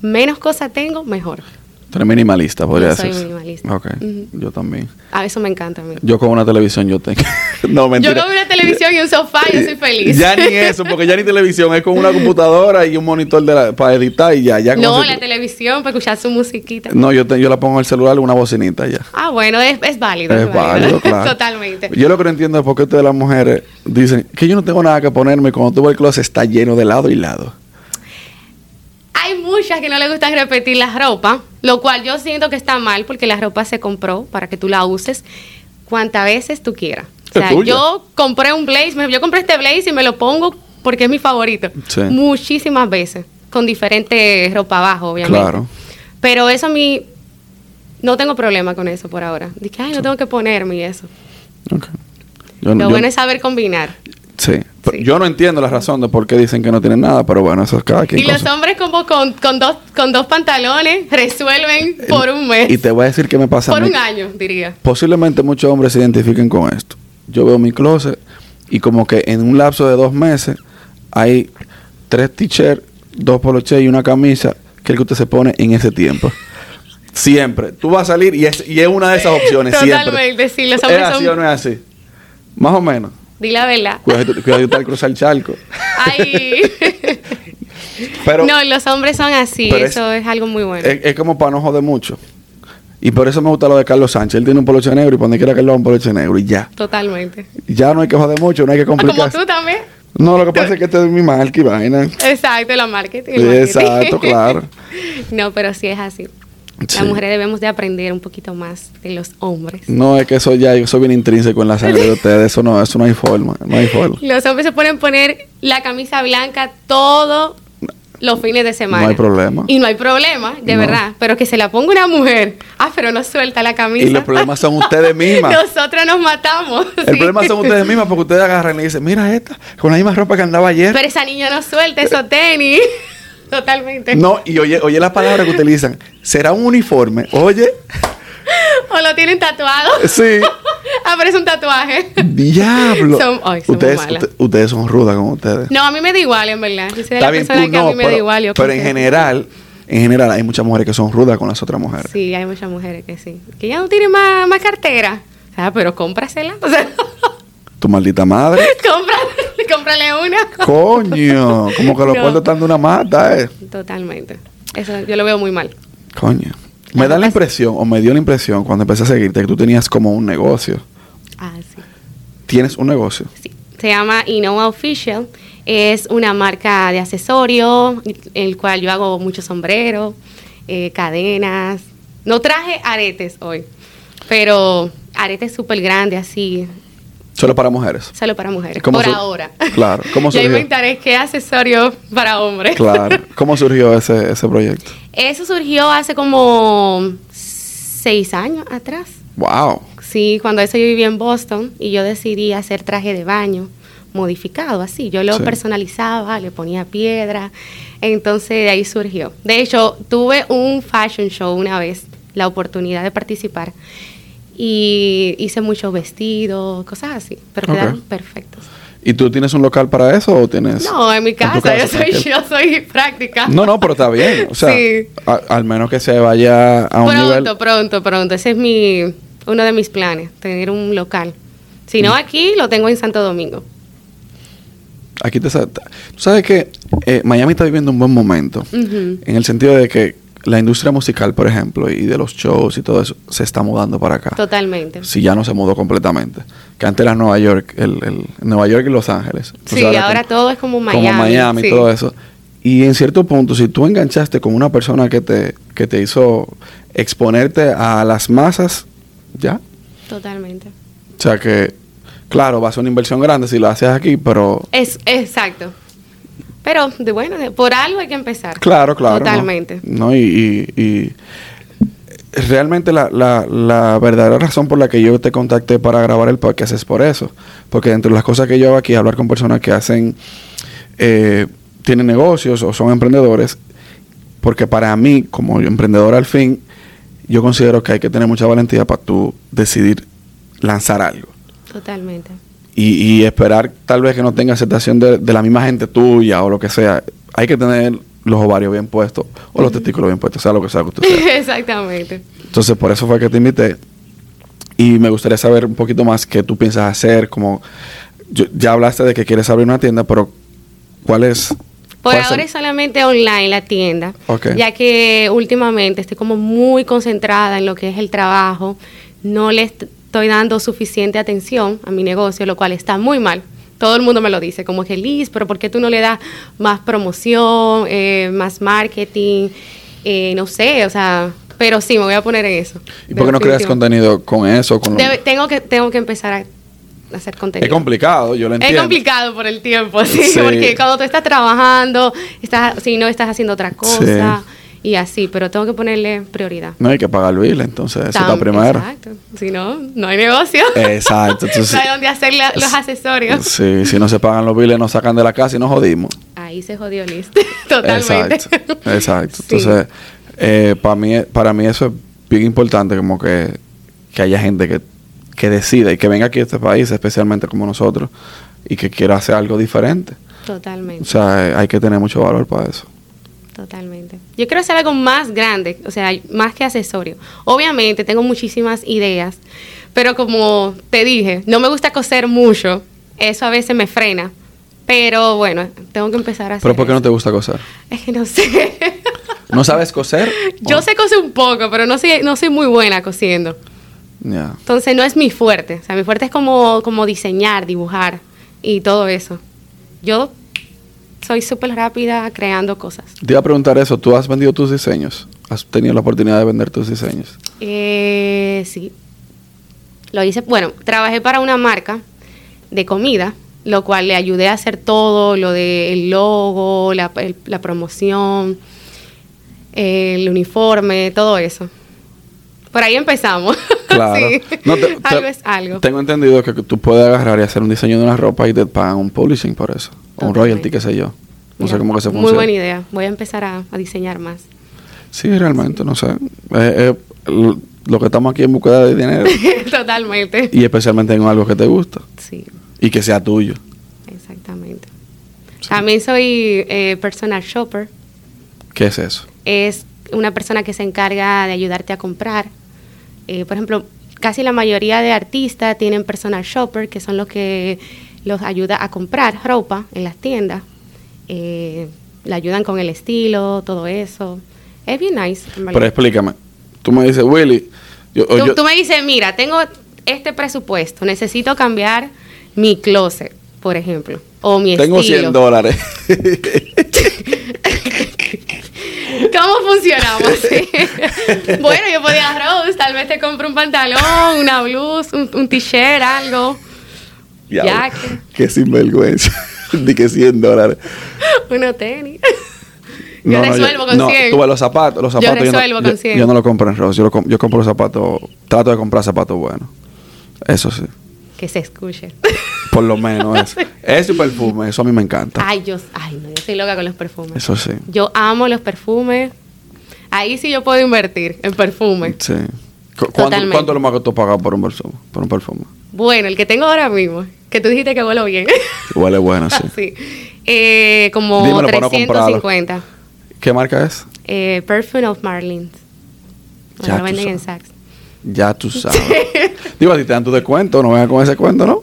[SPEAKER 2] menos cosas tengo, mejor.
[SPEAKER 1] Tú eres minimalista, podría
[SPEAKER 2] Yo soy
[SPEAKER 1] decirse.
[SPEAKER 2] minimalista.
[SPEAKER 1] Ok.
[SPEAKER 2] Ujú.
[SPEAKER 1] Yo también.
[SPEAKER 2] A eso me encanta a mí.
[SPEAKER 1] Yo con una televisión yo tengo. [laughs] no, mentira.
[SPEAKER 2] Yo con una televisión y un sofá, yo soy feliz.
[SPEAKER 1] Ya
[SPEAKER 2] [laughs]
[SPEAKER 1] ni eso, porque ya ni televisión, es con una computadora y un monitor de la- para editar y ya. ya como
[SPEAKER 2] no,
[SPEAKER 1] si-
[SPEAKER 2] la televisión para escuchar su musiquita.
[SPEAKER 1] no yo, te- yo la pongo en el celular una bocinita ya.
[SPEAKER 2] Ah, bueno, es, es válido.
[SPEAKER 1] Es
[SPEAKER 2] [laughs]
[SPEAKER 1] válido, claro.
[SPEAKER 2] Totalmente.
[SPEAKER 1] Yo lo que no entiendo es por qué ustedes las mujeres dicen que yo no tengo nada que ponerme y cuando tú vas al closet está lleno de lado y lado.
[SPEAKER 2] Hay muchas que no le gustan repetir la ropa, lo cual yo siento que está mal porque la ropa se compró para que tú la uses cuantas veces tú quieras. O
[SPEAKER 1] Es
[SPEAKER 2] sea,
[SPEAKER 1] tuya.
[SPEAKER 2] yo compré un blaze, me- yo compré este blaze y me lo pongo porque es mi favorito.
[SPEAKER 1] Sí.
[SPEAKER 2] Muchísimas veces, con diferente ropa abajo, obviamente.
[SPEAKER 1] Claro.
[SPEAKER 2] Pero eso a mí, no tengo problema con eso por ahora. Dije, ay, no tengo que ponerme y eso.
[SPEAKER 1] Ok. Yo,
[SPEAKER 2] Lo
[SPEAKER 1] yo-
[SPEAKER 2] bueno es saber combinar.
[SPEAKER 1] sí. Pero
[SPEAKER 2] Sí.
[SPEAKER 1] Yo no entiendo la razón de por qué dicen que no tienen nada, pero bueno, eso es cada quien.
[SPEAKER 2] Y
[SPEAKER 1] con
[SPEAKER 2] los
[SPEAKER 1] su-
[SPEAKER 2] hombres como con, con dos, con dos pantalones resuelven por un mes.
[SPEAKER 1] Y te voy a decir qué me pasa a
[SPEAKER 2] Por
[SPEAKER 1] mí.
[SPEAKER 2] un año, diría.
[SPEAKER 1] Posiblemente muchos hombres se identifiquen con esto. Yo veo mi closet y como que en un lapso de dos meses hay tres t-shirts, dos poloches y una camisa que es el que usted se pone en ese tiempo. Siempre. Tú vas a salir y es, y es una de esas opciones.
[SPEAKER 2] Totalmente,
[SPEAKER 1] siempre.
[SPEAKER 2] sí, los hombres
[SPEAKER 1] ¿Es así
[SPEAKER 2] son-
[SPEAKER 1] o no es así? Más o menos.
[SPEAKER 2] Di la verdad.
[SPEAKER 1] Cuidado, cuidado de usted al cruzar el charco.
[SPEAKER 2] Ay.
[SPEAKER 1] [laughs] Pero
[SPEAKER 2] no, los hombres son así.
[SPEAKER 1] pero eh,
[SPEAKER 2] Eso es, algo muy bueno.
[SPEAKER 1] es, es como para no joder mucho. Y por eso me gusta lo de Carlos Sánchez. Él tiene un poloche negro y cuando quiera que él lo haga un poloche negro y ya.
[SPEAKER 2] Totalmente.
[SPEAKER 1] Ya no hay que joder mucho, no hay que
[SPEAKER 2] Ah, como
[SPEAKER 1] complicarse.
[SPEAKER 2] tú también.
[SPEAKER 1] No, lo que pasa es que este es mi marca
[SPEAKER 2] [laughs]
[SPEAKER 1] y vaina.
[SPEAKER 2] Exacto, la marketing. el marketing. [laughs]
[SPEAKER 1] Exacto, claro.
[SPEAKER 2] no, pero sí es así.
[SPEAKER 1] Sí.
[SPEAKER 2] Las mujeres debemos de aprender un poquito más de los hombres.
[SPEAKER 1] No, es que eso ya, eso viene intrínseco en la sangre
[SPEAKER 2] [laughs]
[SPEAKER 1] de ustedes. Eso no, eso no hay forma. No hay forma.
[SPEAKER 2] Los hombres se pueden poner la camisa blanca todo los fines de semana.
[SPEAKER 1] No hay problema.
[SPEAKER 2] Y no hay problema, de
[SPEAKER 1] No.
[SPEAKER 2] verdad. Pero que se la ponga una mujer. Ah, pero no suelta la camisa.
[SPEAKER 1] Y los problemas son ustedes mismas.
[SPEAKER 2] [laughs] Nosotras nos matamos.
[SPEAKER 1] El
[SPEAKER 2] sí.
[SPEAKER 1] problema son
[SPEAKER 2] [laughs]
[SPEAKER 1] ustedes mismas porque ustedes agarran y dicen, mira esta, con la misma ropa que andaba ayer.
[SPEAKER 2] Pero esa niña no suelta esos tenis. [laughs] Totalmente.
[SPEAKER 1] No, y oye, oye las palabras que utilizan. ¿Será un uniforme?
[SPEAKER 2] [laughs]
[SPEAKER 1] Oye,
[SPEAKER 2] O lo tienen tatuado.
[SPEAKER 1] Eh,
[SPEAKER 2] [laughs]
[SPEAKER 1] sí.
[SPEAKER 2] Aparece un tatuaje. [laughs]
[SPEAKER 1] Diablo.
[SPEAKER 2] Son- ay, somos
[SPEAKER 1] ustedes,
[SPEAKER 2] malas.
[SPEAKER 1] usted- ustedes son rudas con ustedes.
[SPEAKER 2] No, a mí me da igual, en verdad. Yo soy de
[SPEAKER 1] Está
[SPEAKER 2] la
[SPEAKER 1] bien,
[SPEAKER 2] persona
[SPEAKER 1] tú
[SPEAKER 2] que a
[SPEAKER 1] no,
[SPEAKER 2] mí me da
[SPEAKER 1] pero,
[SPEAKER 2] igual. yo
[SPEAKER 1] pero en
[SPEAKER 2] confieso.
[SPEAKER 1] general, en general hay muchas mujeres que son rudas con las otras mujeres.
[SPEAKER 2] Sí, hay muchas mujeres que sí. Que ya no tienen más, más cartera. O sea, pero cómprasela. O sea, [laughs]
[SPEAKER 1] Tu maldita madre.
[SPEAKER 2] cómprale, cómprale una.
[SPEAKER 1] Coño, como que los
[SPEAKER 2] [laughs] No.
[SPEAKER 1] cuartos están de una mata, eh.
[SPEAKER 2] Totalmente. Eso yo lo veo muy mal.
[SPEAKER 1] Coño. Me da la
[SPEAKER 2] Pasa-
[SPEAKER 1] impresión, o me dio la impresión cuando empecé a seguirte, que tú tenías como un negocio.
[SPEAKER 2] Ah, sí.
[SPEAKER 1] Tienes un negocio.
[SPEAKER 2] Sí, se llama Innova Official. Es una marca de accesorio, el cual yo hago muchos sombreros, eh, cadenas. No traje aretes hoy, pero aretes súper grandes, así,
[SPEAKER 1] Solo para
[SPEAKER 2] [laughs]
[SPEAKER 1] mujeres.
[SPEAKER 2] solo para mujeres,
[SPEAKER 1] ¿Cómo
[SPEAKER 2] por
[SPEAKER 1] sur-
[SPEAKER 2] ahora.
[SPEAKER 1] Claro,
[SPEAKER 2] [laughs]
[SPEAKER 1] ¿cómo
[SPEAKER 2] Yo
[SPEAKER 1] surgió?
[SPEAKER 2] inventaré qué accesorio para hombres.
[SPEAKER 1] Claro. ¿Cómo surgió ese, ese proyecto?
[SPEAKER 2] [laughs] Eso surgió hace como seis años atrás.
[SPEAKER 1] Wow.
[SPEAKER 2] Sí, cuando eso yo vivía en Boston y yo decidí hacer traje de baño modificado así. Yo lo
[SPEAKER 1] Sí.
[SPEAKER 2] personalizaba, le ponía piedra. Entonces de ahí surgió. De hecho, tuve un fashion show una vez, la oportunidad de participar. Y hice muchos vestidos, cosas así, pero
[SPEAKER 1] Ok.
[SPEAKER 2] quedaron perfectos.
[SPEAKER 1] ¿Y tú tienes un local para eso o tienes?
[SPEAKER 2] No, en mi
[SPEAKER 1] tu
[SPEAKER 2] casa, yo,
[SPEAKER 1] [laughs]
[SPEAKER 2] soy,
[SPEAKER 1] tranquilo.
[SPEAKER 2] yo soy práctica.
[SPEAKER 1] No, no, pero está bien. O sea,
[SPEAKER 2] Sí.
[SPEAKER 1] a- al menos que se vaya a un
[SPEAKER 2] pronto,
[SPEAKER 1] nivel.
[SPEAKER 2] pronto, pronto. Ese es mi, uno de mis planes, tener un local. Si
[SPEAKER 1] Mm.
[SPEAKER 2] no, aquí lo tengo en Santo Domingo.
[SPEAKER 1] Aquí te sa- ta- Tú sabes que eh, Miami está viviendo un buen momento.
[SPEAKER 2] Ujú.
[SPEAKER 1] En el sentido de que la industria musical, por ejemplo, y de los shows y todo eso, se está mudando para acá.
[SPEAKER 2] Totalmente.
[SPEAKER 1] Si ya no se mudó completamente. Que antes era Nueva York, el, el- Nueva York y Los Ángeles. Entonces
[SPEAKER 2] Sí, ahora todo es como Miami,
[SPEAKER 1] Como Miami y
[SPEAKER 2] sí.
[SPEAKER 1] todo eso. Y en cierto punto, si tú enganchaste con una persona que te, que te hizo exponerte a las masas, ya.
[SPEAKER 2] Totalmente.
[SPEAKER 1] O sea que, claro, va a ser una inversión grande si lo haces aquí, pero
[SPEAKER 2] Es, exacto. Pero de- bueno, de- por algo hay que empezar.
[SPEAKER 1] Claro, claro. ¿no? Mm.
[SPEAKER 2] Totalmente.
[SPEAKER 1] No, y, y- y realmente la, la- la verdadera razón por la que yo te contacté para grabar el podcast es por eso. Porque entre las cosas que yo hago aquí, hablar con personas que hacen, eh, tienen negocios o son emprendedores, porque para mí, como emprendedor al fin, yo considero que hay que tener mucha valentía para tú decidir lanzar algo
[SPEAKER 2] Totalmente.
[SPEAKER 1] y, y esperar tal vez que no tenga aceptación de, de la misma gente tuya o lo que sea. Hay que tener los ovarios bien puestos o los testículos bien puestos, sea lo que sea que usted sea.
[SPEAKER 2] [laughs] Exactamente.
[SPEAKER 1] Entonces, por eso fue que te invité. Y me gustaría saber un poquito más qué tú piensas hacer, como yo- ya hablaste de que quieres abrir una tienda, pero ¿cuál es?
[SPEAKER 2] Por
[SPEAKER 1] cuál
[SPEAKER 2] ahora
[SPEAKER 1] el-
[SPEAKER 2] es solamente online la tienda,
[SPEAKER 1] Ok.
[SPEAKER 2] ya que últimamente estoy como muy concentrada en lo que es el trabajo, no le est- estoy dando suficiente atención a mi negocio, lo cual está muy mal. Todo el mundo me lo dice, como que Liz, pero ¿por qué tú no le das más promoción, eh, más marketing? Eh, no sé, o sea, pero sí, me voy a poner en eso.
[SPEAKER 1] ¿Y por qué no creas
[SPEAKER 2] Definitivo.
[SPEAKER 1] contenido con eso? Con lo-
[SPEAKER 2] Debe- tengo, que, tengo que empezar a hacer contenido.
[SPEAKER 1] es complicado, yo lo
[SPEAKER 2] Es
[SPEAKER 1] entiendo.
[SPEAKER 2] complicado por el tiempo, [laughs] sí,
[SPEAKER 1] Sí.
[SPEAKER 2] porque cuando tú estás trabajando, estás, si no estás haciendo otra cosa y así, pero tengo que ponerle prioridad.
[SPEAKER 1] No hay que pagar el bill, entonces eso
[SPEAKER 2] Tam-
[SPEAKER 1] está primero.
[SPEAKER 2] Exacto. Si no, no hay negocio.
[SPEAKER 1] [laughs]
[SPEAKER 2] [laughs]
[SPEAKER 1] Exacto, entonces-
[SPEAKER 2] no hay dónde hacer la- los accesorios.
[SPEAKER 1] Sí, si no se pagan los biles, nos sacan de la casa y nos jodimos.
[SPEAKER 2] Ahí se jodió listo. [laughs] Totalmente.
[SPEAKER 1] Exacto, exacto.
[SPEAKER 2] [laughs] Sí.
[SPEAKER 1] Entonces, eh, para, mí, para mí eso es bien importante, como que, que haya gente que, que decida y que venga aquí a este país, especialmente como nosotros, y que quiera hacer algo diferente. O
[SPEAKER 2] Totalmente.
[SPEAKER 1] sea, eh, hay que tener mucho valor para eso.
[SPEAKER 2] Totalmente. Yo quiero hacer algo más grande, o sea, más que accesorio. Obviamente tengo muchísimas ideas, pero como te dije, no me gusta coser mucho. Eso a veces me frena. Pero bueno, tengo que empezar a hacer.
[SPEAKER 1] Pero ¿por qué no
[SPEAKER 2] eso.
[SPEAKER 1] te gusta coser?
[SPEAKER 2] [laughs] Es que no sé.
[SPEAKER 1] ¿No sabes coser?
[SPEAKER 2] Yo
[SPEAKER 1] Oh,
[SPEAKER 2] sé coser un poco, pero no soy, no soy muy buena cosiendo.
[SPEAKER 1] Ya.
[SPEAKER 2] Entonces no es mi fuerte. O sea, mi fuerte es como, como diseñar, dibujar y todo eso. Yo soy súper rápida creando cosas.
[SPEAKER 1] Te iba a preguntar eso. ¿Tú has vendido tus diseños has tenido la oportunidad de vender tus diseños?
[SPEAKER 2] Eh, sí. Lo hice, bueno, trabajé para una marca de comida, lo cual le ayudé a hacer todo, lo del logo, la, el- la promoción, el uniforme, todo eso. Por ahí empezamos. [laughs]
[SPEAKER 1] Claro.
[SPEAKER 2] Sí.
[SPEAKER 1] No, te- te-
[SPEAKER 2] [laughs] algo es algo.
[SPEAKER 1] Tengo entendido que tú puedes agarrar y hacer un diseño de una ropa y te pagan un publishing por eso. O un
[SPEAKER 2] Totalmente.
[SPEAKER 1] royalty, qué sé yo. No sé
[SPEAKER 2] Mira,
[SPEAKER 1] cómo que se funciona.
[SPEAKER 2] Muy buena idea. Voy a empezar a, a diseñar más.
[SPEAKER 1] Sí, realmente, no sé. Eh, eh, l- lo que estamos aquí en búsqueda de
[SPEAKER 2] [laughs]
[SPEAKER 1] dinero.
[SPEAKER 2] Totalmente.
[SPEAKER 1] y especialmente en algo que te gusta.
[SPEAKER 2] Sí,
[SPEAKER 1] Y que sea tuyo.
[SPEAKER 2] exactamente. También soy eh, personal shopper.
[SPEAKER 1] ¿Qué es eso?
[SPEAKER 2] es una persona que se encarga de ayudarte a comprar. Eh, por ejemplo, casi la mayoría de artistas tienen personal shopper, que son los que los ayuda a comprar ropa en las tiendas. Eh, le ayudan con el estilo, todo eso. Es bien nice. en
[SPEAKER 1] Pero
[SPEAKER 2] verdad.
[SPEAKER 1] explícame. Tú me dices, Willy. Yo, o
[SPEAKER 2] tú,
[SPEAKER 1] yo-
[SPEAKER 2] tú me dices, mira, tengo este presupuesto, necesito cambiar mi closet, por ejemplo, o mi
[SPEAKER 1] tengo 100
[SPEAKER 2] estilo.
[SPEAKER 1] dólares. [laughs] [laughs]
[SPEAKER 2] ¿Cómo funcionamos? Sí. bueno, yo podía agarrar, "Oh, tal vez te compro un pantalón, una blusa, un, un t-shirt, algo,
[SPEAKER 1] Ya,
[SPEAKER 2] Ya,
[SPEAKER 1] que... sinvergüenza. [laughs] Ni que 100 dólares.
[SPEAKER 2] unos tenis. Yo resuelvo con
[SPEAKER 1] no,
[SPEAKER 2] 100.
[SPEAKER 1] tú ves los zapatos, los
[SPEAKER 2] Yo
[SPEAKER 1] zapatos. no-
[SPEAKER 2] resuelvo con 100.
[SPEAKER 1] yo no lo compro en Ross. Yo, lo com- yo compro los zapatos. Trato de comprar zapatos buenos. Eso sí.
[SPEAKER 2] Que se escuche.
[SPEAKER 1] Por lo
[SPEAKER 2] [laughs]
[SPEAKER 1] menos eso. Eso y perfume. Eso a mí me encanta.
[SPEAKER 2] ay, yo, ay, no, yo soy loca con los perfumes.
[SPEAKER 1] Eso sí.
[SPEAKER 2] Yo amo los perfumes. Ahí sí yo puedo invertir en perfume.
[SPEAKER 1] Sí. Cu- ¿Cuánto,
[SPEAKER 2] Totalmente.
[SPEAKER 1] ¿Cuánto es lo más que tú pagas por un perfume? Por un perfume.
[SPEAKER 2] Bueno, el que tengo ahora mismo, que tú dijiste que huelo bien.
[SPEAKER 1] Huele
[SPEAKER 2] [laughs]
[SPEAKER 1] bueno, sí.
[SPEAKER 2] Sí. Eh, como
[SPEAKER 1] Dímelo para no comprarlo.
[SPEAKER 2] 350.
[SPEAKER 1] ¿Qué marca es?
[SPEAKER 2] Eh, Perfume of Marlins.
[SPEAKER 1] Ya
[SPEAKER 2] Bueno, lo
[SPEAKER 1] tú
[SPEAKER 2] venden en
[SPEAKER 1] sabes.
[SPEAKER 2] Saks.
[SPEAKER 1] Ya tú sabes. Digo, a ti te dan tu descuento, no vengas con ese cuento, ¿no?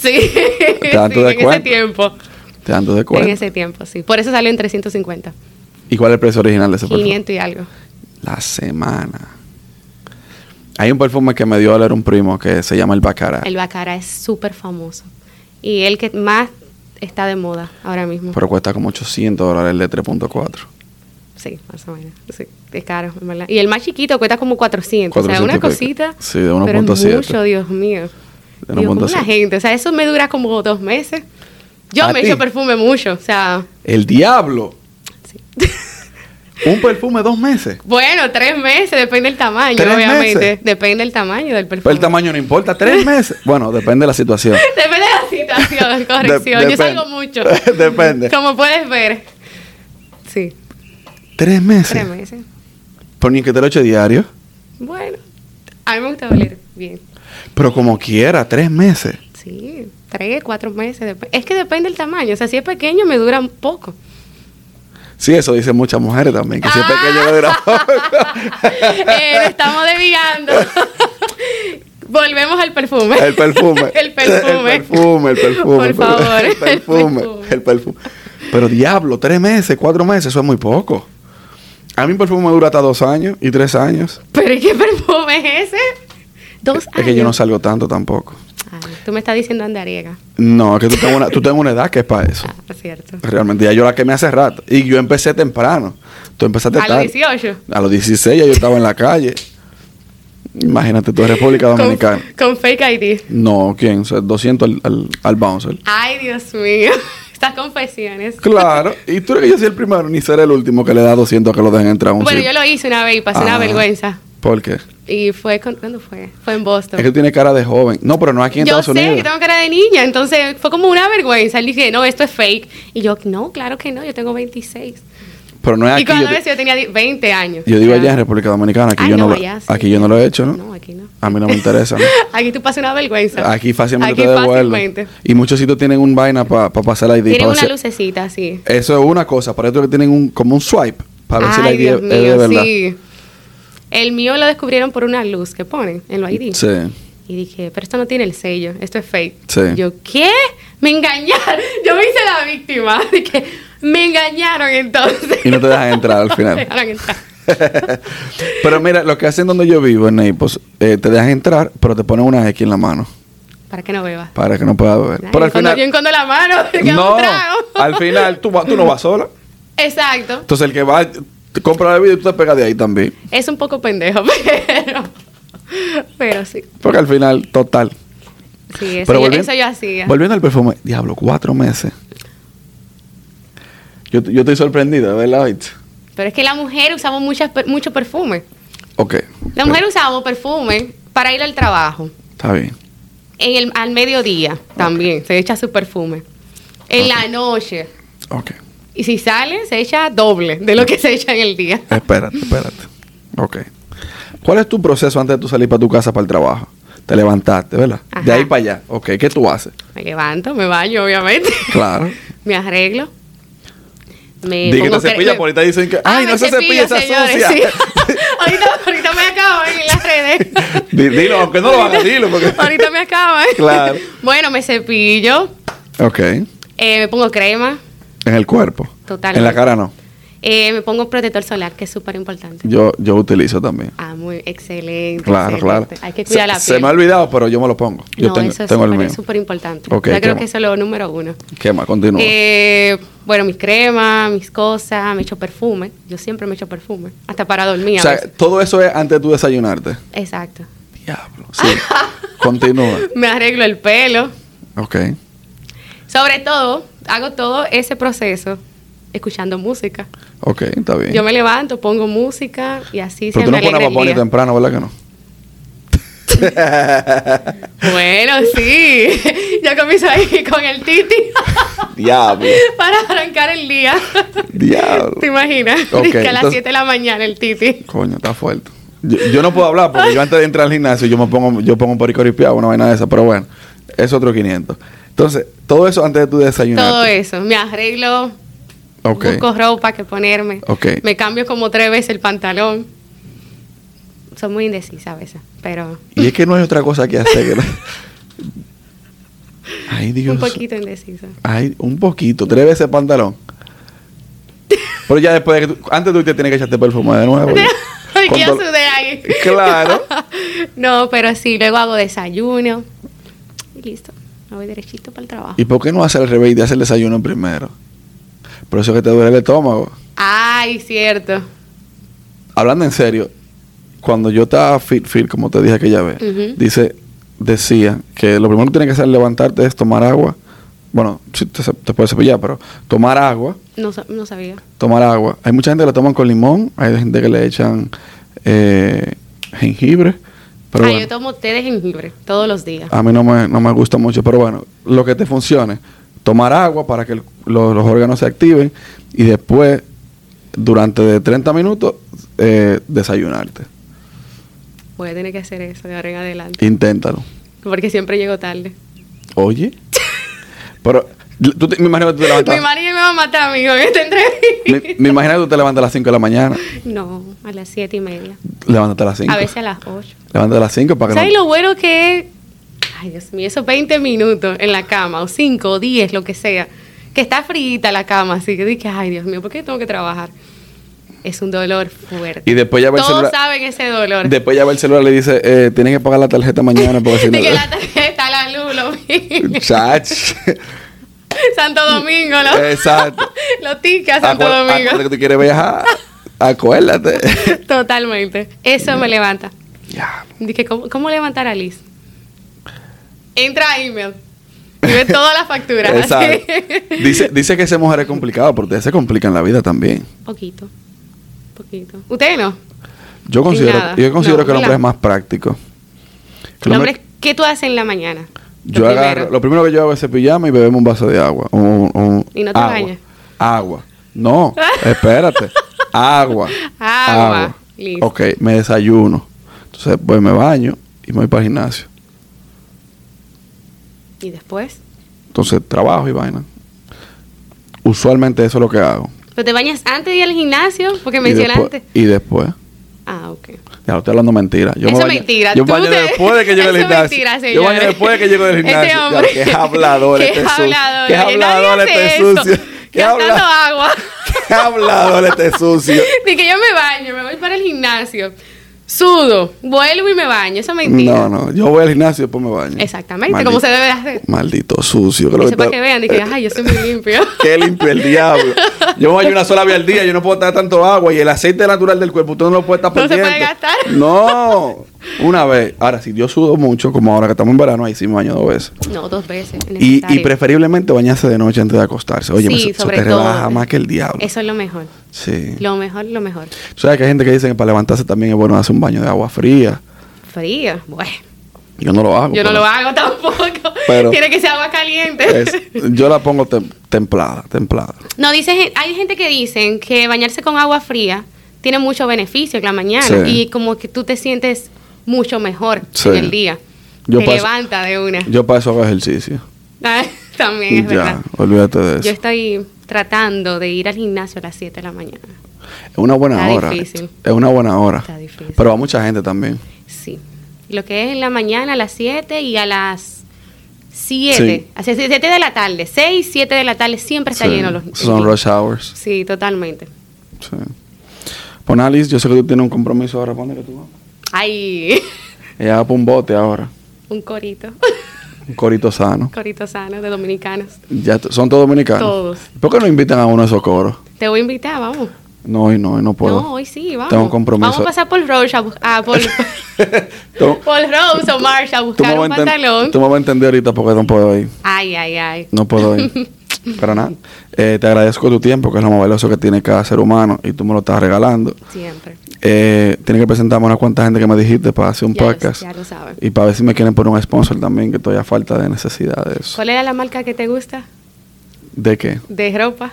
[SPEAKER 2] Sí,
[SPEAKER 1] dan tu
[SPEAKER 2] [laughs] sí, en ese
[SPEAKER 1] descuento.
[SPEAKER 2] tiempo.
[SPEAKER 1] Te dan tu
[SPEAKER 2] En
[SPEAKER 1] descuento.
[SPEAKER 2] ese tiempo, sí. Por eso salió en 350.
[SPEAKER 1] ¿Y cuál es el precio original de ese perfume?
[SPEAKER 2] 500 y algo.
[SPEAKER 1] La semana. Hay un perfume que me dio a leer un primo que se llama el Bacara.
[SPEAKER 2] El Bacara es súper famoso. Y el que más está de moda ahora mismo.
[SPEAKER 1] Pero cuesta como 800 dólares el de 3.4.
[SPEAKER 2] Sí, más o menos. Sí, es caro, en verdad. Y el más chiquito cuesta como 400. o sea,
[SPEAKER 1] 400
[SPEAKER 2] una
[SPEAKER 1] y pico.
[SPEAKER 2] cosita.
[SPEAKER 1] Sí, de
[SPEAKER 2] pero es
[SPEAKER 1] 1.7.
[SPEAKER 2] mucho, Dios mío.
[SPEAKER 1] De
[SPEAKER 2] Digo, ¿cómo la
[SPEAKER 1] 1.7.
[SPEAKER 2] gente? O sea, eso me dura como dos meses. Yo
[SPEAKER 1] ¿A
[SPEAKER 2] me
[SPEAKER 1] ti?
[SPEAKER 2] echo perfume mucho. O sea,
[SPEAKER 1] ¡El diablo!
[SPEAKER 2] sí.
[SPEAKER 1] [laughs] Un perfume dos meses.
[SPEAKER 2] bueno, tres meses, depende del tamaño,
[SPEAKER 1] ¿Tres
[SPEAKER 2] obviamente.
[SPEAKER 1] meses?
[SPEAKER 2] Depende del tamaño del
[SPEAKER 1] Pero
[SPEAKER 2] perfume.
[SPEAKER 1] el tamaño no importa, tres meses. Bueno, depende de la situación.
[SPEAKER 2] [laughs] Depende de la
[SPEAKER 1] [laughs]
[SPEAKER 2] situación, [laughs] corrección.
[SPEAKER 1] De-
[SPEAKER 2] Yo salgo mucho.
[SPEAKER 1] depende. [laughs] Depende.
[SPEAKER 2] Como puedes ver. Sí,
[SPEAKER 1] Tres meses.
[SPEAKER 2] tres meses.
[SPEAKER 1] Pero ni que te lo eche diario.
[SPEAKER 2] Bueno, a mí me gusta oler bien.
[SPEAKER 1] Pero como quiera, tres meses.
[SPEAKER 2] Sí, tres, cuatro meses. dep- Es que depende del tamaño. O sea, si es pequeño, me dura un poco.
[SPEAKER 1] Sí, eso dicen muchas mujeres también, que siempre que yo grabo.
[SPEAKER 2] Ah. [laughs] Eh, lo estamos
[SPEAKER 1] [laughs]
[SPEAKER 2] desviando. Volvemos al perfume.
[SPEAKER 1] El perfume.
[SPEAKER 2] [laughs] el perfume.
[SPEAKER 1] El perfume, el perfume.
[SPEAKER 2] Por
[SPEAKER 1] el perfume,
[SPEAKER 2] favor.
[SPEAKER 1] El perfume, el perfume. Pero diablo, tres meses, cuatro meses, eso es muy poco. A mí un perfume me dura hasta dos años y tres años.
[SPEAKER 2] ¿Pero ¿y qué perfume es ese? Dos
[SPEAKER 1] es
[SPEAKER 2] años.
[SPEAKER 1] que yo no salgo tanto tampoco.
[SPEAKER 2] Ay, tú me estás diciendo andariega.
[SPEAKER 1] No, es que tú tengo una, tú tengo una edad que es para eso.
[SPEAKER 2] Ah, cierto.
[SPEAKER 1] Realmente, ya yo la que me hace rato. Y yo empecé temprano. Tú empezaste
[SPEAKER 2] A los
[SPEAKER 1] tarde.
[SPEAKER 2] 18.
[SPEAKER 1] A los 16 ya yo estaba en la calle. Imagínate, tú en República
[SPEAKER 2] Con-
[SPEAKER 1] Dominicana.
[SPEAKER 2] Con, fake ID.
[SPEAKER 1] No, ¿quién? O sea, 200 al, al, al bouncer.
[SPEAKER 2] Ay, Dios mío. [laughs] Estas confesiones.
[SPEAKER 1] Claro. Y tú crees que yo soy el primero, ni seré el último que le da 200 que lo dejen entrar a un
[SPEAKER 2] Bueno,
[SPEAKER 1] sitio.
[SPEAKER 2] yo lo hice una vez y pasé
[SPEAKER 1] Ah.
[SPEAKER 2] una vergüenza.
[SPEAKER 1] ¿Por qué?
[SPEAKER 2] Y fue, con, ¿cuándo fue? Fue en Boston.
[SPEAKER 1] Es que tiene cara de joven. No, pero no aquí en
[SPEAKER 2] yo
[SPEAKER 1] Estados
[SPEAKER 2] sé
[SPEAKER 1] Unidos.
[SPEAKER 2] que tengo cara de niña, entonces fue como una vergüenza. Le dije, no, esto es fake. Y yo, no, claro que no, yo tengo 26.
[SPEAKER 1] Pero no es
[SPEAKER 2] y
[SPEAKER 1] Ah, aquí.
[SPEAKER 2] cuando
[SPEAKER 1] Yo,
[SPEAKER 2] ves, yo tenía di- 20 años.
[SPEAKER 1] yo digo
[SPEAKER 2] O sea,
[SPEAKER 1] allá en República Dominicana. Aquí,
[SPEAKER 2] Ay,
[SPEAKER 1] yo, no,
[SPEAKER 2] no,
[SPEAKER 1] lo,
[SPEAKER 2] allá sí.
[SPEAKER 1] aquí yo no lo he hecho, ¿no?
[SPEAKER 2] No, aquí no.
[SPEAKER 1] A mí no me interesa. ¿no?
[SPEAKER 2] [laughs] Aquí tú pasas una vergüenza.
[SPEAKER 1] Aquí fácilmente
[SPEAKER 2] Aquí
[SPEAKER 1] te devuelven.
[SPEAKER 2] fácilmente.
[SPEAKER 1] Y muchos sitios tienen un vaina para pasar el ID.
[SPEAKER 2] Tienen
[SPEAKER 1] pa'
[SPEAKER 2] una
[SPEAKER 1] ver si-
[SPEAKER 2] lucecita así.
[SPEAKER 1] Eso es una cosa. Para otros que tienen un, como un swipe. Para ver si el
[SPEAKER 2] Ay,
[SPEAKER 1] ID
[SPEAKER 2] Dios
[SPEAKER 1] es de
[SPEAKER 2] mío,
[SPEAKER 1] verdad.
[SPEAKER 2] sí. El mío lo descubrieron por una luz que ponen en los ID.
[SPEAKER 1] Sí.
[SPEAKER 2] Y dije, pero esto no tiene el sello, esto es fake.
[SPEAKER 1] Sí.
[SPEAKER 2] Yo, ¿qué? Me engañaron. [laughs] Yo me hice la víctima. [laughs] Dije, me engañaron entonces.
[SPEAKER 1] Y no te dejan entrar al final.
[SPEAKER 2] [laughs] No me dejaron
[SPEAKER 1] [laughs]
[SPEAKER 2] entrar.
[SPEAKER 1] Pero mira, lo que hacen donde yo vivo, en Naples, eh, te dejan entrar, pero te ponen una X en la mano
[SPEAKER 2] Para que no bebas.
[SPEAKER 1] para que no puedas beber.
[SPEAKER 2] Ay,
[SPEAKER 1] pero al
[SPEAKER 2] cuando
[SPEAKER 1] final.
[SPEAKER 2] Yo encondo la mano, [laughs] te queda
[SPEAKER 1] no,
[SPEAKER 2] un trago.
[SPEAKER 1] al final tú, va- tú no vas sola.
[SPEAKER 2] [laughs] Exacto.
[SPEAKER 1] Entonces el que va, te compras la bebida y tú te pegas de ahí también.
[SPEAKER 2] Es un poco pendejo, [laughs] pero. Pero sí.
[SPEAKER 1] Porque al final, total.
[SPEAKER 2] Sí, eso,
[SPEAKER 1] Pero
[SPEAKER 2] yo,
[SPEAKER 1] volvien-
[SPEAKER 2] eso yo hacía.
[SPEAKER 1] Volviendo al perfume, diablo, cuatro meses. Yo, yo estoy sorprendido, ¿verdad? Oitz?
[SPEAKER 2] Pero es que la mujer usaba muchas, per- mucho perfume.
[SPEAKER 1] Ok.
[SPEAKER 2] La mujer usaba perfume para ir al trabajo.
[SPEAKER 1] Está bien.
[SPEAKER 2] En el, al mediodía también se echa su perfume. En la noche.
[SPEAKER 1] Ok.
[SPEAKER 2] Y si sale, se echa doble de lo que se echa en el día.
[SPEAKER 1] Espérate, espérate. Ok. ¿Cuál es tu proceso antes de tú salir para tu casa para el trabajo? Te levantaste, ¿verdad?
[SPEAKER 2] Ajá.
[SPEAKER 1] De ahí para allá. Ok, ¿qué tú haces?
[SPEAKER 2] Me levanto, me baño, obviamente.
[SPEAKER 1] Claro.
[SPEAKER 2] [laughs] Me arreglo. Me
[SPEAKER 1] Di que
[SPEAKER 2] pongo
[SPEAKER 1] te
[SPEAKER 2] cre-
[SPEAKER 1] cepillas,
[SPEAKER 2] me-
[SPEAKER 1] por ahorita dicen que, "Ay,
[SPEAKER 2] me
[SPEAKER 1] no se cepilla, está
[SPEAKER 2] señores,
[SPEAKER 1] sucia".
[SPEAKER 2] sí.
[SPEAKER 1] [laughs]
[SPEAKER 2] ahorita, ahorita me acaban en las redes.
[SPEAKER 1] Di- dilo, aunque no lo hagas, dilo, porque-
[SPEAKER 2] [laughs] Ahorita me acaban.
[SPEAKER 1] Claro.
[SPEAKER 2] [laughs] Bueno, me cepillo,
[SPEAKER 1] Ok. En
[SPEAKER 2] eh, me pongo crema,
[SPEAKER 1] el cuerpo.
[SPEAKER 2] Totalmente.
[SPEAKER 1] En la cara no.
[SPEAKER 2] eh, me pongo protector solar, que es súper importante.
[SPEAKER 1] Yo, yo utilizo también.
[SPEAKER 2] Ah, muy excelente.
[SPEAKER 1] Claro, claro.
[SPEAKER 2] excelente. Hay que cuidar
[SPEAKER 1] se,
[SPEAKER 2] la piel.
[SPEAKER 1] se me ha olvidado, pero yo me lo pongo. Yo
[SPEAKER 2] no,
[SPEAKER 1] tengo,
[SPEAKER 2] eso es
[SPEAKER 1] tengo el
[SPEAKER 2] súper-
[SPEAKER 1] mío.
[SPEAKER 2] es súper importante.
[SPEAKER 1] Ok, ¿qué
[SPEAKER 2] Yo creo que
[SPEAKER 1] más?
[SPEAKER 2] eso es lo número uno.
[SPEAKER 1] ¿Qué más? Continúa.
[SPEAKER 2] Eh, bueno, mis cremas, mis cosas, me echo perfume. Yo siempre me echo perfume, hasta para dormir.
[SPEAKER 1] o
[SPEAKER 2] a
[SPEAKER 1] sea,
[SPEAKER 2] veces.
[SPEAKER 1] todo eso es antes de tú desayunarte.
[SPEAKER 2] Exacto.
[SPEAKER 1] Diablo.
[SPEAKER 2] [laughs]
[SPEAKER 1] Sí. Continúa.
[SPEAKER 2] Me arreglo el pelo.
[SPEAKER 1] Ok.
[SPEAKER 2] Sobre todo, hago todo ese proceso escuchando música.
[SPEAKER 1] Ok, está bien.
[SPEAKER 2] Yo me levanto, pongo música y así
[SPEAKER 1] pero
[SPEAKER 2] se
[SPEAKER 1] tú no pones
[SPEAKER 2] me alegra
[SPEAKER 1] a
[SPEAKER 2] el
[SPEAKER 1] Bad Bunny
[SPEAKER 2] día.
[SPEAKER 1] temprano, ¿verdad que no?
[SPEAKER 2] [laughs] Bueno, sí. [laughs] Yo comienzo ahí con el titi [laughs]
[SPEAKER 1] Diablo.
[SPEAKER 2] para arrancar el día.
[SPEAKER 1] Diablo.
[SPEAKER 2] ¿Te imaginas?
[SPEAKER 1] Ok,
[SPEAKER 2] Dice que a
[SPEAKER 1] entonces-
[SPEAKER 2] las 7 de la mañana el titi.
[SPEAKER 1] Coño, está fuerte. Yo, yo no puedo hablar porque yo antes de entrar al gimnasio yo me pongo yo pongo un pericoripiado, una vaina de esa, pero bueno, es otro 500. Entonces, todo eso antes de tu desayunar.
[SPEAKER 2] Todo eso. Me arreglo,
[SPEAKER 1] Ok.
[SPEAKER 2] busco ropa que ponerme.
[SPEAKER 1] Ok.
[SPEAKER 2] Me cambio como tres veces el pantalón. Soy muy indecisa a veces, pero
[SPEAKER 1] Y es que no hay otra cosa que hacer. que no- Ay, Dios.
[SPEAKER 2] un poquito indecisa.
[SPEAKER 1] Ay, un poquito, tres veces pantalón. Pero ya después, de que tú- antes tú te tienes que echarte perfume de nuevo.
[SPEAKER 2] [laughs] Ay,
[SPEAKER 1] Con
[SPEAKER 2] que
[SPEAKER 1] dol-
[SPEAKER 2] sudé ahí.
[SPEAKER 1] Claro.
[SPEAKER 2] [laughs] no, pero sí, luego hago desayuno. Y listo. Me voy derechito para el trabajo.
[SPEAKER 1] ¿Y por qué no hacer el revés de hacer el desayuno primero? Por eso es que te duele el estómago.
[SPEAKER 2] Ay, cierto.
[SPEAKER 1] Hablando en serio, cuando yo estaba fit, fit, como te dije aquella vez,
[SPEAKER 2] Ujú.
[SPEAKER 1] dice, decía que lo primero que tienes que hacer al levantarte es tomar agua. Bueno, sí, te, te puedes cepillar, pero tomar agua.
[SPEAKER 2] No, sa- no sabía.
[SPEAKER 1] tomar agua. Hay mucha gente que la toman con limón, hay gente que le echan eh, jengibre, pero
[SPEAKER 2] ah,
[SPEAKER 1] bueno, Ah.
[SPEAKER 2] yo tomo té de jengibre todos los días.
[SPEAKER 1] a mí no me, no me gusta mucho, pero bueno, lo que te funcione, tomar agua para que el- lo- los órganos se activen y después, durante de 30 minutos, eh, desayunarte.
[SPEAKER 2] Voy a tener que hacer eso de ahora en adelante.
[SPEAKER 1] Inténtalo.
[SPEAKER 2] Porque siempre llego tarde.
[SPEAKER 1] Oye, pero tú te- me imagino que tú te
[SPEAKER 2] Mi
[SPEAKER 1] levantas.
[SPEAKER 2] marido [laughs] me va a matar, amigo, en esta entrevista.
[SPEAKER 1] me, me imagino que tú te levantas a las 5 de la mañana.
[SPEAKER 2] [laughs] No, a las siete y media.
[SPEAKER 1] Levántate a las 5.
[SPEAKER 2] A veces a las ocho.
[SPEAKER 1] Levántate a las 5 para que
[SPEAKER 2] ¿Sabes
[SPEAKER 1] no-
[SPEAKER 2] lo bueno que es? Ay, Dios mío, esos 20 minutos en la cama, o 5, o 10, lo que sea, que está frita la cama, así que dije, ay, Dios mío, ¿por qué tengo que trabajar? Es un dolor fuerte.
[SPEAKER 1] Y después ya va el
[SPEAKER 2] Todos
[SPEAKER 1] celular-
[SPEAKER 2] saben ese dolor.
[SPEAKER 1] Después ya ve el celular y le dice, eh, tienen que pagar la tarjeta mañana porque si
[SPEAKER 2] [laughs] de
[SPEAKER 1] no...
[SPEAKER 2] que la tarjeta, la luz,
[SPEAKER 1] [laughs]
[SPEAKER 2] lo mismo. [laughs]
[SPEAKER 1] Chach.
[SPEAKER 2] Santo Domingo, lo, [laughs]
[SPEAKER 1] Exacto.
[SPEAKER 2] lo tica Santo
[SPEAKER 1] Acuer- acuérdate que
[SPEAKER 2] Domingo.
[SPEAKER 1] tú quieres viajar.
[SPEAKER 2] [laughs]
[SPEAKER 1] Acuérdate.
[SPEAKER 2] Totalmente. Eso me levanta.
[SPEAKER 1] ya.
[SPEAKER 2] Dije, ¿cómo, cómo levantar a Liz? Entra a email. Y ve todas las facturas. así.
[SPEAKER 1] Exacto.
[SPEAKER 2] [laughs]
[SPEAKER 1] Dice, dice que ser mujer es complicado porque ustedes se complican la vida también.
[SPEAKER 2] Poquito. Poquito. ¿Usted no?
[SPEAKER 1] Yo
[SPEAKER 2] Sin
[SPEAKER 1] considero,
[SPEAKER 2] nada.
[SPEAKER 1] yo considero
[SPEAKER 2] No,
[SPEAKER 1] que el hombre
[SPEAKER 2] ¿verdad?
[SPEAKER 1] es más práctico. El
[SPEAKER 2] El
[SPEAKER 1] hombre-
[SPEAKER 2] hombre, ¿qué tú haces en la mañana? Lo
[SPEAKER 1] yo
[SPEAKER 2] primero.
[SPEAKER 1] agarro, lo primero que yo hago es cepillarme y beberme un vaso de agua. un- un-
[SPEAKER 2] Y no te
[SPEAKER 1] agua.
[SPEAKER 2] bañas.
[SPEAKER 1] Agua. No,
[SPEAKER 2] [laughs]
[SPEAKER 1] espérate. agua.
[SPEAKER 2] Agua. Listo.
[SPEAKER 1] Ok, me desayuno. Entonces, pues me baño y me voy para el gimnasio.
[SPEAKER 2] Y después.
[SPEAKER 1] Entonces, trabajo y vaina. Usualmente eso es lo que hago.
[SPEAKER 2] ¿Pero te bañas antes de ir al gimnasio? Porque
[SPEAKER 1] y,
[SPEAKER 2] mencionaste.
[SPEAKER 1] después, y después.
[SPEAKER 2] Ah, ok.
[SPEAKER 1] Ya, lo estoy hablando mentira. Yo
[SPEAKER 2] Eso
[SPEAKER 1] me
[SPEAKER 2] es
[SPEAKER 1] baño-
[SPEAKER 2] mentira.
[SPEAKER 1] Yo
[SPEAKER 2] Tú
[SPEAKER 1] baño
[SPEAKER 2] te-
[SPEAKER 1] después de que llegue al
[SPEAKER 2] [laughs] Eso es
[SPEAKER 1] gimnasio.
[SPEAKER 2] mentira,
[SPEAKER 1] yo baño
[SPEAKER 2] señores.
[SPEAKER 1] después de que llegue al
[SPEAKER 2] Ese
[SPEAKER 1] gimnasio. Ya,
[SPEAKER 2] hombre.
[SPEAKER 1] que es hablador
[SPEAKER 2] [laughs] Qué
[SPEAKER 1] este sucio.
[SPEAKER 2] hablador.
[SPEAKER 1] Qué
[SPEAKER 2] Oye, nadie
[SPEAKER 1] hablador
[SPEAKER 2] hace
[SPEAKER 1] este
[SPEAKER 2] eso.
[SPEAKER 1] sucio. Qué
[SPEAKER 2] Gastando
[SPEAKER 1] habla- [laughs]
[SPEAKER 2] agua.
[SPEAKER 1] Qué hablador este sucio.
[SPEAKER 2] [laughs] De que yo me baño, me voy para el gimnasio. sudo, vuelvo y me baño. Eso es
[SPEAKER 1] No,
[SPEAKER 2] mentira.
[SPEAKER 1] no. Yo voy al gimnasio y después me baño.
[SPEAKER 2] Exactamente, como se debe de hacer.
[SPEAKER 1] Maldito sucio. Creo
[SPEAKER 2] Eso
[SPEAKER 1] está-
[SPEAKER 2] para
[SPEAKER 1] eh,
[SPEAKER 2] que vean, de que, ay, yo soy muy limpio.
[SPEAKER 1] [laughs] Qué limpio el diablo. Yo voy una sola vez al día, yo no puedo estar tanto agua y el aceite natural del cuerpo, tú no lo puedes estar
[SPEAKER 2] No se puede
[SPEAKER 1] perdiendo.
[SPEAKER 2] gastar.
[SPEAKER 1] No. Una vez. Ahora, si yo sudo mucho, como ahora que estamos en verano, ahí sí me baño dos veces.
[SPEAKER 2] No, dos veces.
[SPEAKER 1] Y, y
[SPEAKER 2] necesario.
[SPEAKER 1] preferiblemente bañarse de noche antes de acostarse. Oye, pues,
[SPEAKER 2] Sí,
[SPEAKER 1] eso, eso
[SPEAKER 2] sobre
[SPEAKER 1] te
[SPEAKER 2] todo.
[SPEAKER 1] rebaja más que el diablo.
[SPEAKER 2] Eso es lo mejor.
[SPEAKER 1] Sí.
[SPEAKER 2] Lo mejor, lo mejor.
[SPEAKER 1] Tú sabes que hay gente que dice que para levantarse también es bueno hacer un baño de agua fría.
[SPEAKER 2] Frío, bueno.
[SPEAKER 1] Yo no lo hago.
[SPEAKER 2] Yo no
[SPEAKER 1] pero-
[SPEAKER 2] lo hago [laughs] tampoco.
[SPEAKER 1] Ah, Pero-
[SPEAKER 2] Tiene que ser agua caliente.
[SPEAKER 1] es-
[SPEAKER 2] [laughs]
[SPEAKER 1] yo la pongo tem- templada, templada.
[SPEAKER 2] No, dice, hay gente que dicen que bañarse con agua fría tiene mucho beneficio en la mañana
[SPEAKER 1] Sí.
[SPEAKER 2] y como que tú te sientes mucho mejor
[SPEAKER 1] Sí.
[SPEAKER 2] en el día.
[SPEAKER 1] Yo
[SPEAKER 2] te
[SPEAKER 1] paso-
[SPEAKER 2] levanta de una.
[SPEAKER 1] Yo para eso hago ejercicio.
[SPEAKER 2] [laughs] Ah, También
[SPEAKER 1] Y
[SPEAKER 2] es
[SPEAKER 1] ya,
[SPEAKER 2] verdad.
[SPEAKER 1] olvídate de eso.
[SPEAKER 2] Yo estoy tratando de ir al gimnasio a las 7 de la mañana.
[SPEAKER 1] Es una buena
[SPEAKER 2] Está
[SPEAKER 1] hora.
[SPEAKER 2] difícil.
[SPEAKER 1] Es una buena hora.
[SPEAKER 2] Está difícil.
[SPEAKER 1] Pero va mucha gente también.
[SPEAKER 2] Sí. Lo que es en la mañana a las 7 y a las 7.
[SPEAKER 1] Sí.
[SPEAKER 2] Hacia 7 de la tarde. 6, 7 de la tarde siempre está
[SPEAKER 1] Sí.
[SPEAKER 2] lleno los el
[SPEAKER 1] Son
[SPEAKER 2] día.
[SPEAKER 1] rush hours.
[SPEAKER 2] Sí, totalmente.
[SPEAKER 1] Sí. Pues nada, Liz, yo sé que tú tienes un compromiso ahora. ¿Para dónde que tú vas?
[SPEAKER 2] Ay,
[SPEAKER 1] Ella va para un bote ahora.
[SPEAKER 2] [laughs] un corito.
[SPEAKER 1] Un corito sano.
[SPEAKER 2] corito sano de dominicanos.
[SPEAKER 1] Ya t- ¿Son todos dominicanos?
[SPEAKER 2] Todos.
[SPEAKER 1] ¿Por qué no invitan a uno de esos coros?
[SPEAKER 2] Te voy a invitar, vamos.
[SPEAKER 1] No, hoy no, hoy no puedo.
[SPEAKER 2] No, hoy sí, vamos.
[SPEAKER 1] Tengo un compromiso.
[SPEAKER 2] Vamos a pasar por Rose a, bus-
[SPEAKER 1] [laughs]
[SPEAKER 2] a por,
[SPEAKER 1] Tú-
[SPEAKER 2] por Rose o Marsh a
[SPEAKER 1] tú, me
[SPEAKER 2] buscar
[SPEAKER 1] vas
[SPEAKER 2] un
[SPEAKER 1] a enten-
[SPEAKER 2] pantalón.
[SPEAKER 1] tú me vas a entender ahorita porque no puedo ir.
[SPEAKER 2] Ay, ay, ay.
[SPEAKER 1] No puedo
[SPEAKER 2] [laughs]
[SPEAKER 1] ir. Para nada. Eh, te agradezco tu tiempo, que es lo más valioso que tiene cada ser humano y tú me lo estás regalando.
[SPEAKER 2] Siempre.
[SPEAKER 1] Eh, tiene que presentarme unas cuantas gente que me dijiste para hacer un
[SPEAKER 2] Ya lo-
[SPEAKER 1] podcast.
[SPEAKER 2] ya lo saben.
[SPEAKER 1] Y para ver si me quieren poner un sponsor también, que todavía falta de necesidad de eso.
[SPEAKER 2] ¿Cuál era la marca que te gusta
[SPEAKER 1] ¿De qué?
[SPEAKER 2] de ropa?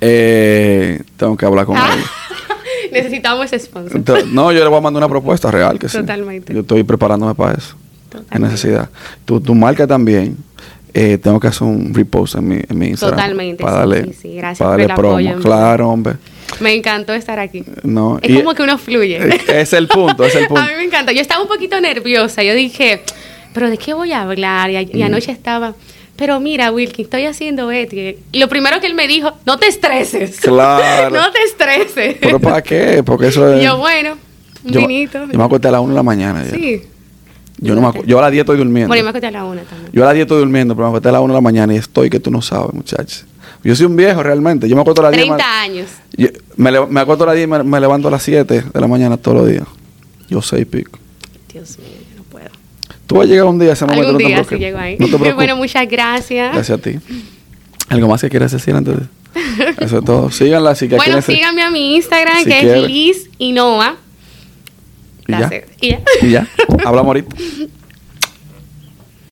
[SPEAKER 1] Eh, tengo que hablar con
[SPEAKER 2] Ah,
[SPEAKER 1] él.
[SPEAKER 2] [laughs] necesitamos ese sponsor.
[SPEAKER 1] Ento- no, yo le voy a mandar una propuesta real que sí.
[SPEAKER 2] Totalmente.
[SPEAKER 1] Yo estoy preparándome para eso. Hay
[SPEAKER 2] Totalmente.
[SPEAKER 1] necesidad. Tu, tu marca también. eh, tengo que hacer un repost en mi, en mi Instagram.
[SPEAKER 2] Totalmente,
[SPEAKER 1] Para
[SPEAKER 2] sí,
[SPEAKER 1] darle,
[SPEAKER 2] sí, sí. Gracias
[SPEAKER 1] para
[SPEAKER 2] por
[SPEAKER 1] darle
[SPEAKER 2] el
[SPEAKER 1] promo.
[SPEAKER 2] apoyo, en verdad.
[SPEAKER 1] claro, hombre.
[SPEAKER 2] Me encantó estar aquí.
[SPEAKER 1] No,
[SPEAKER 2] Es
[SPEAKER 1] y-
[SPEAKER 2] como que uno fluye.
[SPEAKER 1] Eh, es el punto, es el punto.
[SPEAKER 2] [laughs] A mí me encanta. Yo estaba un poquito nerviosa. Yo dije, ¿pero de qué voy a hablar? Y, a-
[SPEAKER 1] Mm.
[SPEAKER 2] y anoche estaba, pero mira, Wilkin, estoy haciendo esto. Y lo primero que él me dijo, no te estreses. [laughs]
[SPEAKER 1] Claro.
[SPEAKER 2] no te estreses.
[SPEAKER 1] ¿Pero para qué? Porque eso es.
[SPEAKER 2] Y [laughs] yo, bueno, un
[SPEAKER 1] yo-
[SPEAKER 2] vinito.
[SPEAKER 1] yo me acosté a las 1 de la mañana. ya.
[SPEAKER 2] sí.
[SPEAKER 1] Yo, no me acu- yo a las 10 estoy durmiendo.
[SPEAKER 2] Bueno, yo me acosté a la una también.
[SPEAKER 1] Yo a las 10 estoy durmiendo, pero me acosté a las 1 de la mañana y estoy que tú no sabes, muchachos. Yo soy un viejo realmente. Yo me acuesto a las 10.
[SPEAKER 2] 30 años.
[SPEAKER 1] Yo- me, le- me acuesto a las 10 y me, me levanto a las 7 de la mañana todos los días. Yo sé y pico.
[SPEAKER 2] Dios mío, yo no puedo.
[SPEAKER 1] Tú vas a llegar un día a ese momento.
[SPEAKER 2] Algún
[SPEAKER 1] no te
[SPEAKER 2] día sí
[SPEAKER 1] preocupes.
[SPEAKER 2] llego ahí.
[SPEAKER 1] No te preocupes.
[SPEAKER 2] [laughs] bueno, muchas gracias.
[SPEAKER 1] Gracias a ti. ¿Algo más que quieras decir antes
[SPEAKER 2] [laughs]
[SPEAKER 1] de Eso es todo. Síganla si que
[SPEAKER 2] Bueno,
[SPEAKER 1] quieren ser-
[SPEAKER 2] síganme a mi Instagram,
[SPEAKER 1] Si
[SPEAKER 2] que
[SPEAKER 1] quiere.
[SPEAKER 2] es Liz Innova.
[SPEAKER 1] Y ya.
[SPEAKER 2] Gracias. Y ya. [laughs]
[SPEAKER 1] Y ya. Hablamos ahorita.